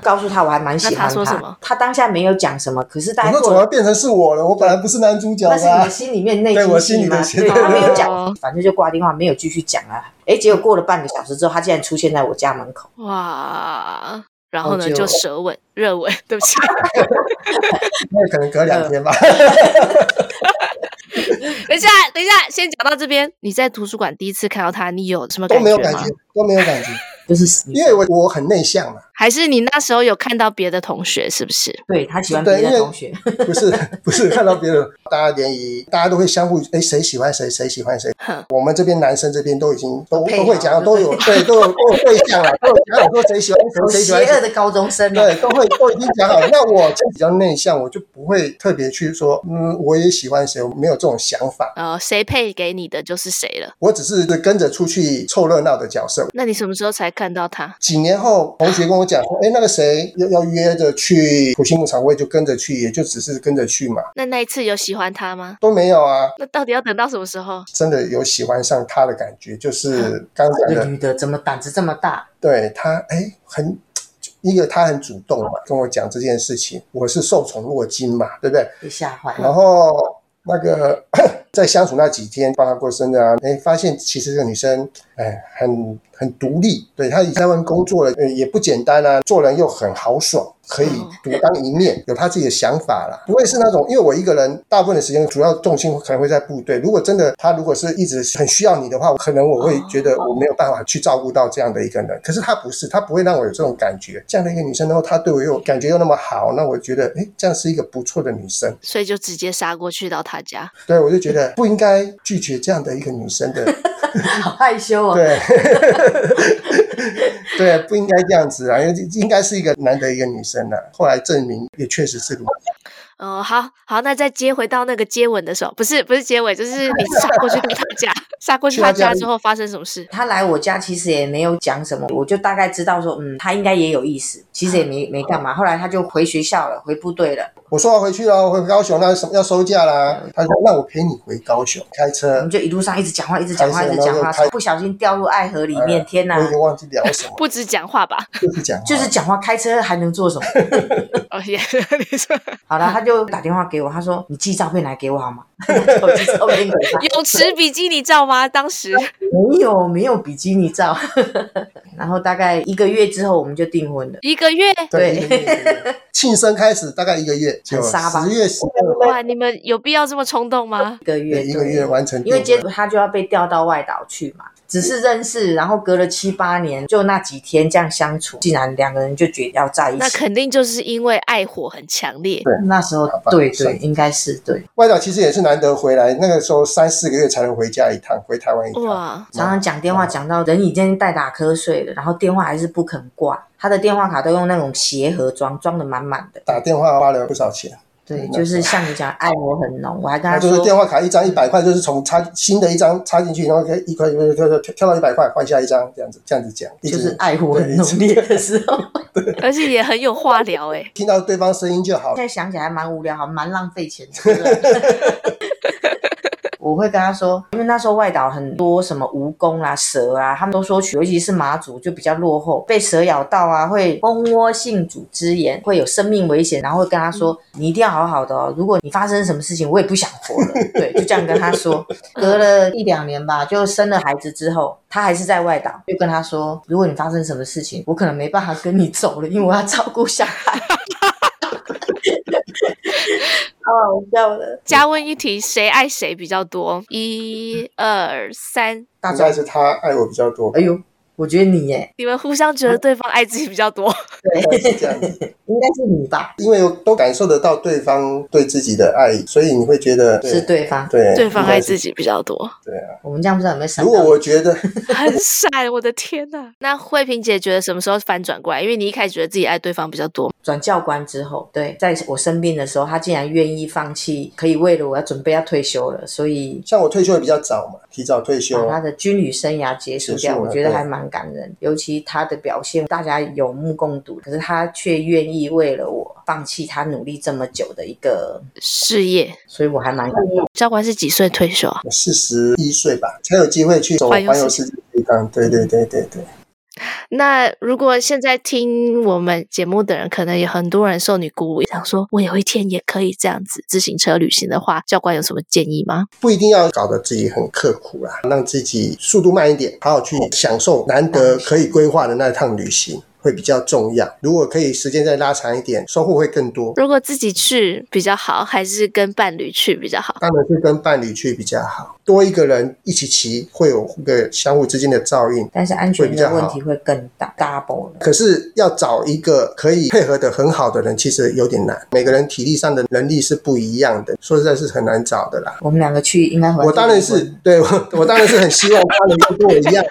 E: 告诉他我还蛮喜
B: 那
E: 欢
B: 他说什么
E: 他当下没有讲什么，可是大
D: 我
E: 概
D: 说哦怎
E: 过
D: 么
E: 了
D: 变成是我了？我本来不是男主角
E: 那是 你
D: 啊
E: 的！心里面内
D: 对我
E: 心
D: 心
E: 戏
D: 里
E: 嘛
D: 的？
E: 对，
D: 心里
E: 他没有
B: 哦
E: 讲，反正就挂电话，没有继续讲啊。哎，结果过了半个小时之后，他竟然出现在我家门口，
B: 哇，然后呢
E: 好久
B: 就舌吻、热吻， 对 不起，
D: 那可能隔两 天吧。
B: 等一下，等一下，先讲到这边。你在图书馆第一次看到他，你有什么
D: 都
B: 感
D: 没
B: 觉
D: 有
B: 吗？
D: 感
E: 啊
D: 觉，都没有感觉，
E: 就是
D: 因为我我很内向嘛，
B: 还是你那时候有看到别的同学，是不是？
E: 对他喜欢
D: 对
E: 别的
D: 因为
E: 同学，
D: 不 是不是看到别人，大家联谊，大家都会相互哎，谁喜欢谁，谁喜欢谁
B: 哼。
D: 我们这边男生这边都已经都
E: 配
D: 都会
E: 好
D: 讲，
E: 对
D: 都 有对都有都有对象了，都有讲好说谁喜欢
E: 好
D: 谁，谁
E: 邪
D: 喜欢谁。
E: 恶的高中生啊，
D: 对，都会都已经讲好了。那我就比较内向，我就不会特别去说，嗯，我也喜欢谁，我没有这种想法。
B: 呃，谁配给你的就是谁了。
D: 我只是跟着出去凑热闹的角色。
B: 那你什么时候才看到他？
D: 几年后，同学跟我讲说，哎，那个谁要要约着去普星牧场，我也就跟着去，也就只是跟着去嘛，
B: 那那一次有喜欢他吗？
D: 都没有啊。
B: 那到底要等到什么时候？
D: 真的有喜欢上他的感觉，就是刚
E: 这
D: 讲
E: 个
D: 的，
E: 女的怎么胆子这么大？
D: 对他，哎，很。一个他很主动嘛，跟我讲这件事情，我是受宠若惊嘛，对不对？
E: 被吓坏
D: 然
E: 了。
D: 后那个 在相处那几天，帮她过生日啊，哎，发现其实这个女生，哎，很很独立，对她已经在外面工作了，呃，也不简单啊，做人又很豪爽。可以
B: 哦
D: 独当一面，有她自己的想法啦，不会是那种，因为我一个人大部分的时间主要重心可能会在部队。如果真的她如果是一直很需要你的话，可能我会觉得我没有办法去照顾到这样的一个人。可是她不是，她不会让我有这种感觉。这样的一个女生，然后她对我又感觉又那么好，那我觉得，哎，这样是一个不错的女生。
B: 所以就直接杀过去到他家。
D: 对，我就觉得不应该拒绝这样的一个女生的，
E: 好害羞哦。
D: 对，对，不应该这样子啊，因为应该是一个难得一个女生啊。后来证明也确实是如此，
B: 哦，好好，那再接回到那个接吻的时候，不是不是接吻，就是你杀过去到他 家，杀过去
D: 去他
B: 他家
D: 家
B: 之后发生什么事？
E: 他来我家其实也没有讲什么，我就大概知道说，嗯，他应该也有意思，其实也没没干嘛。后来他就回学校了，回部队了，
D: 我说要回去了，回高雄，那什么要收假啦？他说那我陪你回高雄，开
E: 我
D: 车
E: 们，就一路上一直讲话，一直讲话，一直讲
D: 开
E: 话
D: 始哎了，
E: 不小心掉入爱河里面，天
D: 我
E: 哪
D: 已！经忘记聊什么，
B: 不止讲话吧？
D: 就是讲话
E: 就是讲话，开车还能做什么？
B: 哦 耶，你说
E: 好了，他就打电话给我，他说：“你寄照片来给我好吗？” 我寄照片给他，
B: 泳池比基尼照吗？当时
E: 没有没有比基尼照。 然后大概一个月之后，我们就订婚了。
B: 一个月，
D: 对，
E: 对
D: 一个月一个月庆生开始大概一个月，就
E: 很杀吧
D: 十月十二
B: 哇，你们有必要这么冲动吗？
E: 一个月，
D: 一个月
E: 对
D: 完成订
E: 因
D: 婚，
E: 为接着他就要被调到外岛去嘛，只是认识，然后隔了七八年，就那几天这样相处，竟然两个人就决定要在一
B: 那
E: 起。
B: 肯定就是因为爱火很强烈。
E: 那时候
D: 吧
E: 对
D: 算
E: 对，应该是对，
D: 外岛其实也是难得回来，那个时候三四个月才能回家一趟，回台湾一趟。
B: 哇，
E: 常常讲电话讲到人已经带打瞌睡了，然后电话还是不肯挂，他的电话卡都用那种鞋盒装，装的满满的。
D: 打电话花了不少钱，
E: 对，
D: 那
E: 就是像你讲，爱我很浓，我还跟
D: 那
E: 他
D: 就是
E: 说，
D: 电话卡一张一百块，就是从插新的一张插进去，然后可以一块一块跳跳跳到一百块，换下一张，这样子这样子讲，一
E: 就
D: 直
E: 是爱我很浓烈的时候。
B: 而且也很有话聊哎、
D: 听到对方声音就好
E: 现。在想起来还蛮无聊，好像蛮浪费钱的。对不对我 我会跟他说，因为那时候外岛很多什么蜈蚣啊、蛇啊，他们都说，尤其是马祖就比较落后，被蛇咬到啊，会蜂窝性组织炎，会有生命危险。然后会跟他说，你一定要好好的哦，如果你发生什么事情，我也不想活了。对，就这样跟他说。隔了一两年吧，就生了孩子之后，他还是在外岛，就跟他说，如果你发生什么事情，我可能没办法跟你走了，因为我要照顾小孩。好好笑的，
B: 加温一题，谁爱谁比较多？一二三，
E: 大
D: 应该
E: 家
D: 是他爱我比较多
E: 哎，呦，我觉得你耶，
B: 你们互相觉得对方爱自己比较多。
E: 对，
D: 是这样子，
E: 应该是你吧？
D: 因为都感受得到对方对自己的爱，所以你会觉得
E: 是对方。
D: 对
B: 对方爱
D: 己。
B: 自己比较多，
E: 我们这样不知道有没有想
D: 如
E: 到？
D: 果我觉得
B: 很闪，我的天呐！那慧萍姐觉得什么时候反转过来？因为你一开始觉得自己爱对方比较多，
E: 转教官之后，对，在我生病的时候，他竟然愿意放弃，可以为了我要准备要退休了，所以
D: 像我退休也比较早嘛，提早退休
E: 把，他的军旅生涯结束
D: 结
E: 掉，
D: 束了
E: 我觉得
D: 对
E: 还蛮感人。尤其他的表现，大家有目共睹，可是他却愿意为了我放弃他努力这么久的一个，
B: 事业
E: 所以我还蛮感动。
B: 教官是几岁退休啊？
D: 四十一岁吧，才有机会去走
B: 环
D: 环
B: 游世界
D: 游世界这一趟。对对对对对，
B: 那如果现在听我们节目的人，可能也很多人受你鼓舞，想说我有一天也可以这样子自行车旅行的话，教官有什么建议吗？
D: 不一定要搞得自己很刻苦啦，让自己速度慢一点，好好去享受难得可以规划的那趟旅行。会比较重要。如果可以时间再拉长一点，收获会更多。
B: 如果自己去比较好，还是跟伴侣去比较好？
D: 当然是跟伴侣去比较好，多一个人一起骑会有一个相互之间的照应。
E: 但是安全的问
D: 会比
E: 题会更大，double 了。
D: 可是要找一个可以配合的很好的人，其实有点难。每个人体力上的能力是不一样的，说实在是很难找的啦。
E: 我们两个去应该回来
D: 我当然
E: 结婚
D: 是对我，我当然是很希望他能够跟我一样，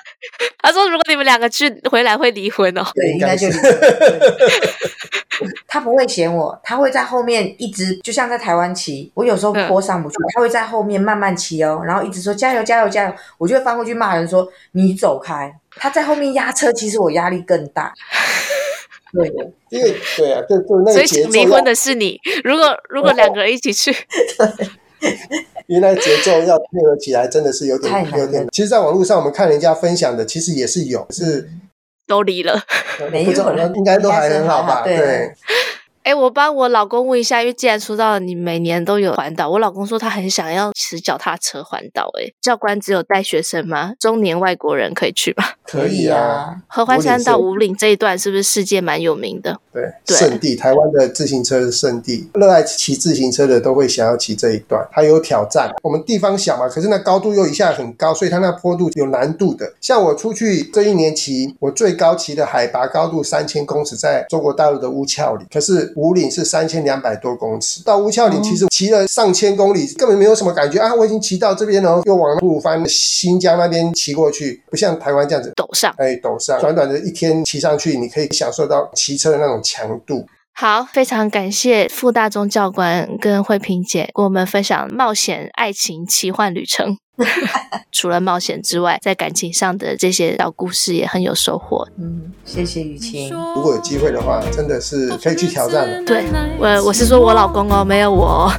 B: 他说，如果你们两个去回来会离婚哦。
E: 对，
D: 应
E: 应
D: 该
E: 该就是 离婚对他不会嫌我，他会在后面一直，就像在台湾骑，我有时候
B: 嗯
E: 坡上不去，他会在后面慢慢骑哦，然后一直说加油加油加油，我就会翻过去骂人说你走开。他在后面压车，其实我压力更 大。对的，
D: 因为对啊，就就那
B: 所
D: 个
B: 以
D: 节奏
B: 想离婚
D: 要，
B: 的是你。如果如果两个人一起 去，
D: 原来节奏要配合起来，真的是有点
E: 太难了
D: 有点难。其实，在网络上我们看人家分享的，其实也是有，是
B: 都离了。
E: 没
D: 不知道
E: 有了
D: 应该都还很好吧？
E: 应该是还好对
D: 对，
B: 哎，我帮我老公问一下，因为既然说到你每年都有环岛，我老公说他很想要骑脚踏车环岛。哎，教官只有带学生吗？中年外国人可以去吗？
D: 可以啊。
E: 啊，
B: 合欢山到
D: 五
B: 五岭这一段是不是世界蛮有名的？
D: 对，
B: 对
D: 圣地，台湾的自行车是圣地，热爱骑自行车的都会想要骑这一段，它有挑战。我们地方小嘛，可是那高度又一下很高，所以它那坡度有难度的。像我出去这一年骑，我最高骑的海拔高度三千公尺，在中国大陆的乌鞘岭，可是五岭是三千两百多公尺。到乌鞘岭其实骑了上千公里，根本没有什么感觉啊！我已经骑到这边了，又往吐鲁番、新疆那边骑过去，不像台湾这样子。
B: 陡上。
D: 哎，陡上，短短的一天骑上去，你可以享受到骑车的那种强度。
B: 好，非常感谢傅大中教官跟慧萍姐跟我们分享冒险、爱情、奇幻旅程。 除了冒险之外，在感情上的这些小故事也很有收获。
E: 嗯，谢谢雨
A: 你
E: 晴，
A: 说
D: 如果有机会的话，真的是可以去挑战的。
B: 对我，我是说我老公哦，没有我哦。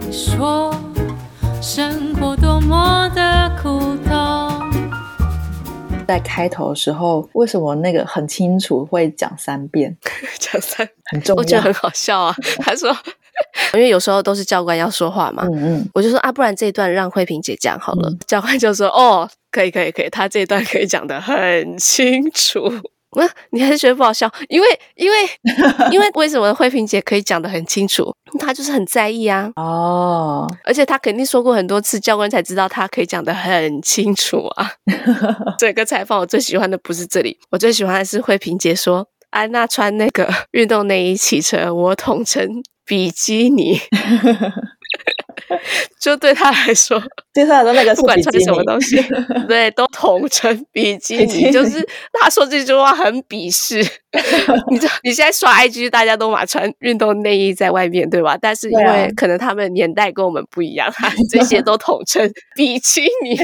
A: 你说生活多么的苦痛，
C: 在开头的时候，为什么那个很清楚会讲三遍，
B: 讲三，
C: 很重
B: 我觉
C: 要
B: 得？很好笑 啊。他说，因为有时候都是教官要说话嘛，
C: 嗯嗯，
B: 我就说啊，不然这一段让慧萍姐讲好了。
C: 嗯
B: 教官就说哦，可以可以可以，她这一段可以讲得很清 楚。那、你还是觉得不好笑，因为因为因为为什么慧萍姐可以讲得很清楚？她就是很在意啊，
C: 哦，
B: 而且她肯定说过很多次，教官才知道她可以讲得很清楚啊。整个采访我最喜欢的不是这里，我最喜欢的是慧萍姐说安娜穿那个 运动内衣骑车，我统称比基尼。 就对她来说，
C: 接下来的那个是
B: 不管
C: 比基
B: 穿
C: 尼
B: 什么东西，对，都统称比基
C: 比基
B: 尼。
C: 尼
B: 就是他说这句话很鄙 视，你知道你现在刷 IG，大家都嘛穿运动内衣在外面，对吧？但是因
C: 对啊
B: 为可能他们年代跟我们不一样，他这些都统称比基 尼，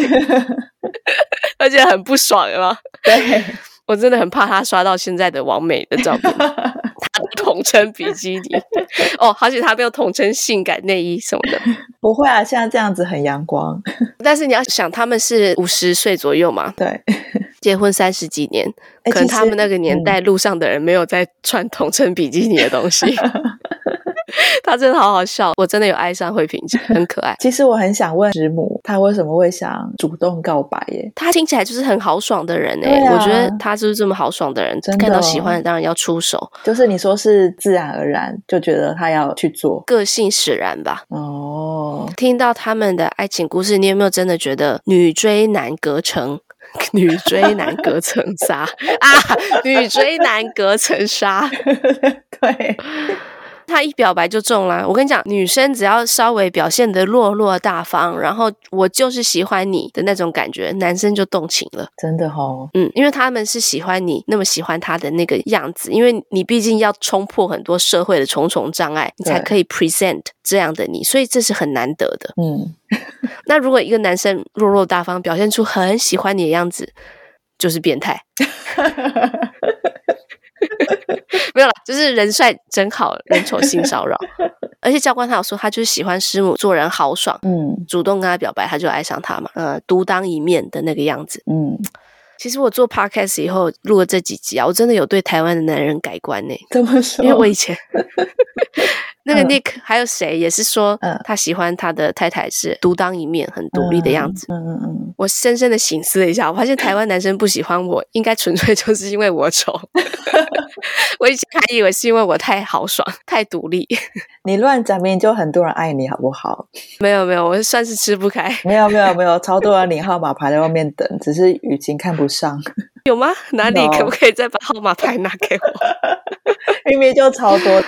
B: 而且很不爽了。 啊
C: 对，
B: 我真的很怕他刷到现在的完美的照片。统称比基尼。哦，好险他没有统称性感内衣什么的。
C: 不会啊，现在这样子很阳光。
B: 但是你要想，他们是五十岁左右嘛，
C: 对，
B: 结婚三十几年，
C: 哎
B: 可能
C: 其实
B: 他们那个年代路上的人没有在穿统称比基尼的东 西。他真的好好笑，我真的有爱上惠平姐，很可 爱。
C: 其实我很想问石母，她为什么会想主动告白耶？
B: 他听起来就是很豪爽的人哎、
C: 对啊
B: 我觉得他就是这么豪爽的人，
C: 真的
B: 看到喜欢的当然要出手，
C: 就是你说是自然而然就觉得她要去做
B: 个性使然吧。
C: 哦，
B: 听到他们的爱情故事，你有没有真的觉得女追男隔层？女追男隔层纱 啊！女追男隔层纱，
C: 对，
B: 他一表白就中啦。我跟你讲，女生只要稍微表现得落落大方，然后我就是喜欢你的那种感觉，男生就动情了。
C: 真的哦，
B: 嗯，因为他们是喜欢你那么喜欢他的那个样子，因为你毕竟要冲破很多社会的重重障碍，你才
C: 对
B: 可以 present 这样的你，所以这是很难得的。
C: 嗯，
B: 那如果一个男生落落大方，表现出很喜欢你的样子，就是变态。 没有啦，就是人帅真好，人丑性骚扰。而且教官他有说，他就是喜欢师母做人豪爽，
C: 嗯
B: 主动跟他表白，他就爱上他嘛，呃，独当一面的那个样子。
C: 嗯，
B: 其实我做 podcast 以后录了这几集啊，我真的有对台湾的男人改观呢、
C: 这么说，
B: 因为我以 前那个
C: 哦嗯
B: Nick 还有谁也是说
C: 嗯，
B: 他喜欢他的太太是独当一面、很独立的样子。
C: 嗯嗯嗯，
B: 我深深的醒思了一下，我发现台湾男生不喜欢我，应该纯粹就是因为我丑。 我以前还以为是因为我太豪爽、 太独立，
C: 你乱讲，明明就很多人爱你，好不好？
B: 没有没有，我算是吃不开，
C: 没有没有没有，超多人领号码牌在外面等，只是雨晴看不上，
B: 有吗？哪里
C: No
B: 可不可以再把号码牌拿给我？
C: 明明就超多。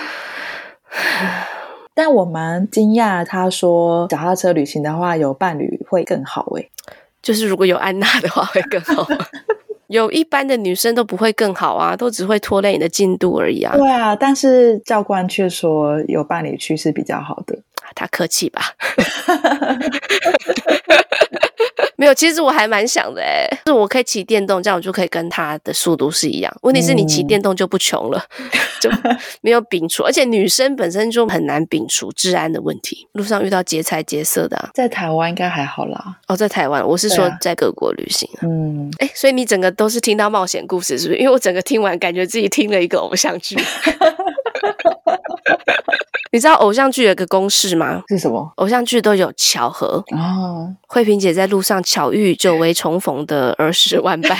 C: 但我蛮惊讶，他说脚踏车旅行的话，有伴侣会更好欸诶。
B: 就是如果有安娜的话会更好 吗。有一般的女生都不会更好啊，都只会拖累你的进度而已啊。
C: 对啊，但是教官却说有伴侣去是比较好的。
B: 他啊客气 吧。没有，其实我还蛮想的哎，就是我可以骑电动，这样我就可以跟他的速度是一样。问题是你骑
C: 嗯
B: 电动就不穷 了，就没有摒除，而且女生本身就很难摒除治安的问题。路上遇到劫财劫色的、啊，
C: 在台湾应该还好啦。
B: 哦，在台湾，我是
C: 对
B: 说
C: 啊
B: 在各国旅行。
C: 嗯，
B: 哎、所以你整个都是听到冒险故事，是不是？因为我整个听完，感觉自己听了一个偶像剧。 你知道偶像剧有一个公式吗？
C: 是什么？
B: 偶像剧都有巧合，
C: 哦，
B: 慧萍姐在路上巧遇久违重逢的儿时玩伴，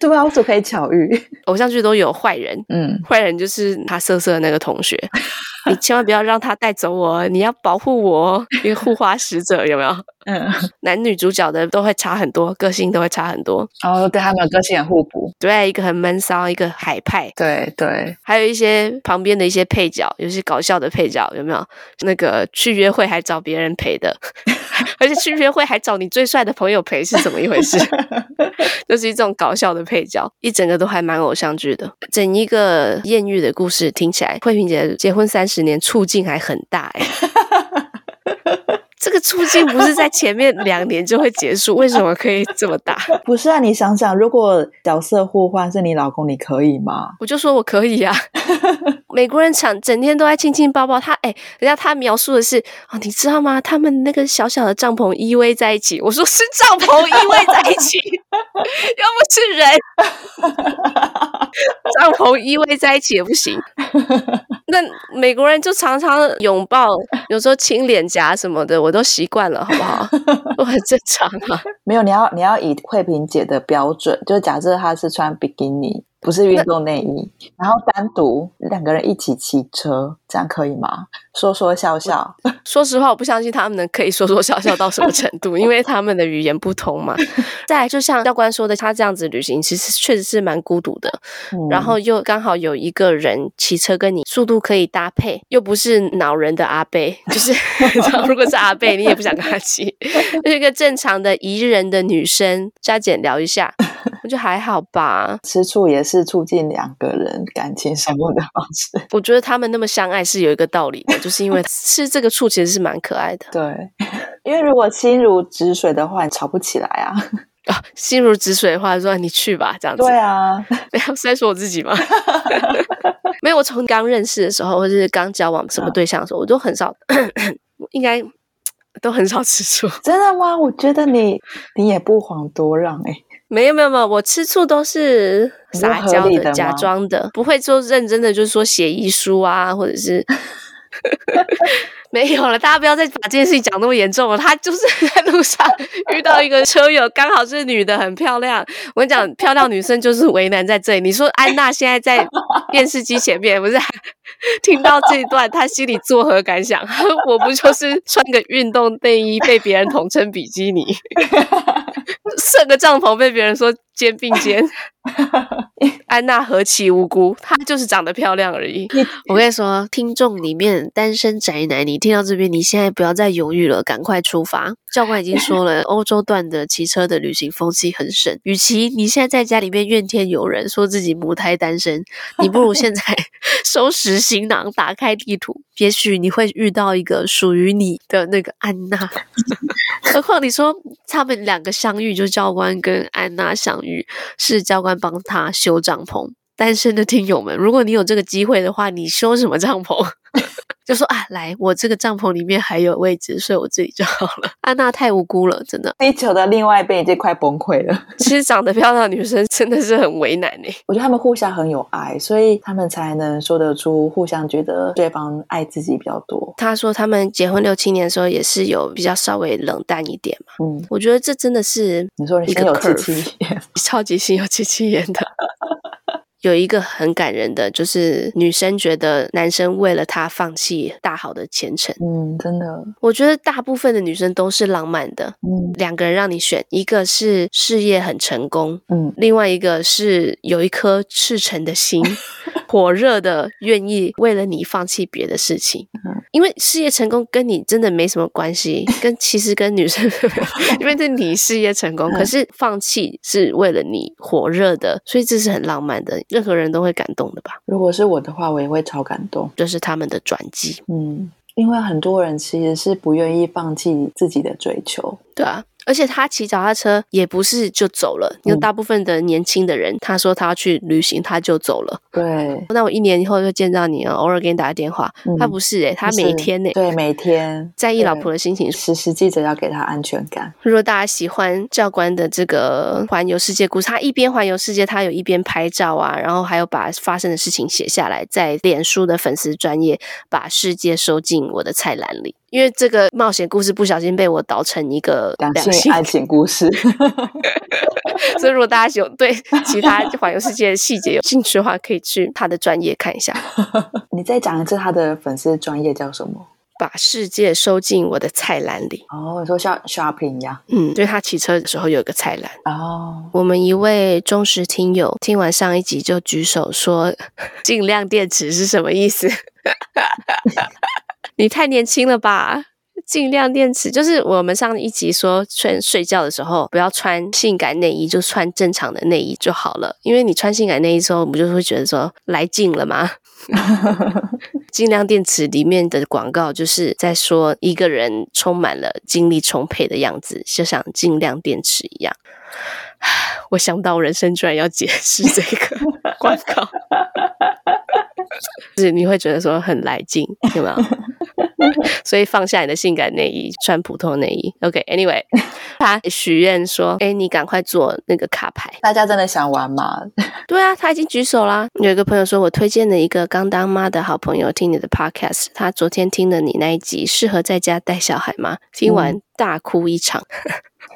C: 对啊，我怎么可以巧遇？
B: 偶像剧都有坏人，
C: 嗯，
B: 坏人就是她瑟瑟的那个同学，你千万不要让他带走我，你要保护我，一个护花使者有没有？
C: 嗯，
B: 男女主角的都会差很多，个性都会差很多。
C: 哦，对他们个性很互补，
B: 对，一个很闷骚，一个海派，
C: 对对，
B: 还有一些旁边的一些配角，有些搞笑的配角，有没有？那个去约会还找别人陪的， 而且去约会还找你最帅的朋友陪，是怎么一回事？ 就是一种搞笑的配角，一整个都还蛮偶像剧的。整一个艳遇的故事听起来，慧萍姐结婚三十年，促进还很大哎、 这个促进不是在前面两年就会结束，为什么可以这么大？
C: 不是啊，你想想，如果角色互换是你老公，你可以吗？
B: 我就说我可以啊。 美国人常整天都在亲亲抱抱，他哎、人家他描述的是啊、你知道吗？他们那个小小的帐篷依偎在一起，我说是帐篷依偎在一起， 要不是人，帐篷依偎在一起也不行。那美国人就常常拥抱，有时候亲脸颊什么的，我都习惯了，好不好？ 我很正常啊。
C: 没有，你要你要以慧萍姐的标准，就假设她是穿比基尼，不是运动内衣，然后单独两个人一起骑车，这样可以吗？说说笑笑，
B: 说实话，我不相信他们能可以说说笑笑到什么程度，因为他们的语言不通嘛。再来，就像教官说的，他这样子旅行其实确实是蛮孤独的，
C: 嗯
B: 然后又刚好有一个人骑车跟你速度可以搭配，又不是恼人的阿贝，就是 如果是阿贝，你也不想跟他骑，就是一个正常的宜人的女生，加减聊一下，我觉得还好吧。
C: 吃醋也是促进两个人感情生活的方式。
B: 我觉得他们那么相爱是有一个道理的，就是因为吃这个醋其实是蛮可爱的。
C: 对，因为如果心如止水的话，你吵不起来啊。
B: 啊，心如止水的话，说你去吧，这样子。
C: 对啊，
B: 没有是在说我自己吗？ 没有，我从刚认识的时候，或者是刚交往什么对象的时候，我都很少， 应该都很少吃醋。
C: 真的吗？我觉得你你也不遑多让哎、
B: 没有没有没有，我吃醋都是
C: 你是
B: 撒
C: 合
B: 娇
C: 理
B: 的、
C: 的
B: 假
C: 吗
B: 装的，不会说认真的，就是说写遗书啊，或者 是没有了。大家不要再把这件事情讲那么严重了。他就是在路上遇到一个车友，刚好是女的，很漂亮。我跟你讲，漂亮女生就是为难在这里。你说安娜现在在电视机前面，不是听到这一段，她心里作何感想？ 我不就是穿个运动内衣被别人统称比基尼？设个帐篷被别人说肩并肩，安娜何其无辜，她就是长得漂亮而已。我 跟你说，听众里面单身宅男，你听到这边，你现在不要再犹豫了，赶快出发。教官已经说了， 欧洲段的骑车的旅行风气很省，与其你现在在家里面怨天尤人，说自己母胎单身，你不如现在收拾行囊，打开地图，也许你会遇到一个属于你的那个安娜。何况你说他们两个相遇，就教官跟安娜相遇，是教官帮他修帐篷。单身的听友们，如果你有这个机会的话，你修什么帐篷？ 就说啊，来，我这个帐篷里面还有位置，睡我这里就好了。安娜太无辜了，真的。
C: 地球的另外一边已经快崩溃了。
B: 其实长得漂亮的女生真的是很为难欸呢、
C: 我觉得他们互相很有爱，所以他们才能说得出互相觉得对方爱自己比较多。
B: 他说他们结婚六七年的时候也是有比较稍微冷淡一点嘛。
C: 嗯，
B: 我觉得这真的是
C: 你说你
B: 一
C: 先
B: 个
C: 有自
B: curve
C: 己，
B: 超级心有戚戚焉的。 有一个很感人的，就是女生觉得男生为了她放弃大好的前程。
C: 嗯，真的，
B: 我觉得大部分的女生都是浪漫的，
C: 嗯
B: 两个人让你选，一个是事业很成功，
C: 嗯，
B: 另外一个是有一颗赤诚的 心，火热的愿意为了你放弃别的事情
C: 嗯。
B: 因为事业成功跟你真的没什么关系，跟其实跟女生， 因为是你事业成
C: 嗯
B: 功，可是放弃是为了你火热的，所以这是很浪漫的，任何人都会感动的吧？
C: 如果是我的话，我也会超感动。
B: 这、是他们的转机，
C: 嗯，因为很多人其实是不愿意放弃自己的追求。
B: 对啊。而且他骑脚踏车也不是就走了，因为
C: 嗯
B: 大部分的年轻的人，他说他要去旅行，他就走了。
C: 对，
B: 那我一年以后就见到你了，偶尔给你打个电话。
C: 嗯
B: 他不是诶、他每
C: 是
B: 天呢、
C: 对每天
B: 在意老
C: 对
B: 婆的心情。
C: 时时记着要给他安全感。
B: 如果大家喜欢教官的这个环游世界故事，他一边环游世界，他有一边拍照啊，然后还有把发生的事情写下来，在脸书的粉丝专业把世界收进我的菜篮里。因为这个冒险故事不小心被我导成一个
C: 两
B: 两
C: 性
B: 性
C: 爱情 故事，
B: 所以如果大家有对其他环游世界的细节有兴趣的话，可以去他的专业看一下。
C: 你再讲一次他的粉丝专业叫什么？
B: 把世界收进我的菜篮里，
C: 哦，你说像 shopping 一样。
B: 嗯，就是他骑车的时候有一个菜篮。
C: 哦，
B: 我们一位忠实听友听完上一集就举手说：“尽量电池是什么意思？” 你太年轻了吧！尽量电池就是我们上一集说穿睡觉的时候不要穿性感内衣，就穿正常的内衣就好了。因为你穿性感内衣之后，我们就会觉得说来劲了吗？尽量电池里面的广告就是在说一个人充满了精力充沛的样子，就像尽量电池一样。我想不到我人生居然要解释这个广告，是你会觉得说很来劲，有没 有？所以放下你的性感内衣，穿普通内衣。OK，Anyway，、他许愿说：“哎、你赶快做那个卡牌。”
C: 大家真的想玩吗？
B: 对啊，他已经举手啦。有一个朋友说，我推荐了一个刚当妈的好朋友听你的 podcast，他昨天听了你那一集，适合在家带小孩吗？听完大哭一场。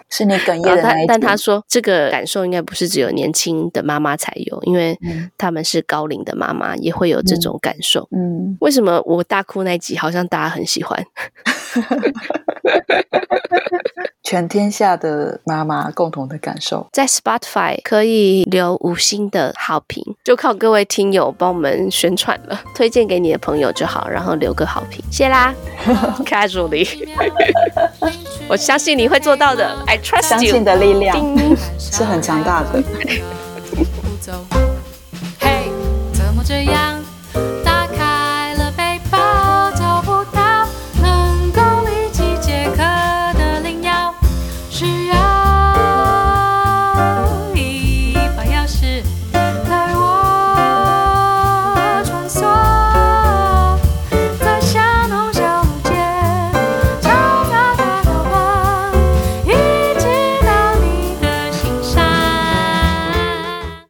C: 是你哽
B: 然
C: 咽
B: 后
C: 的那
B: 他
C: 一
B: 呃但他
C: 集
B: 说，这个感受应该不是只有年轻的妈妈才有，因为
C: 嗯
B: 他们是高龄的妈妈也会有这种感受。
C: 嗯，
B: 为什么我大哭那一集好像大家很喜欢？
C: 全天下的妈妈共同的感受。
B: 在 Spotify 可以留五星的好评，就靠各位听友帮我们宣传了，推荐给你的朋友就好，然后留个好评，谢 啦，casually，我相信你会做到 的，I
C: 相
B: trust
C: 信
B: you。
C: 的力量
B: 叮
C: 是很强大的。
A: 嘿，怎么这样？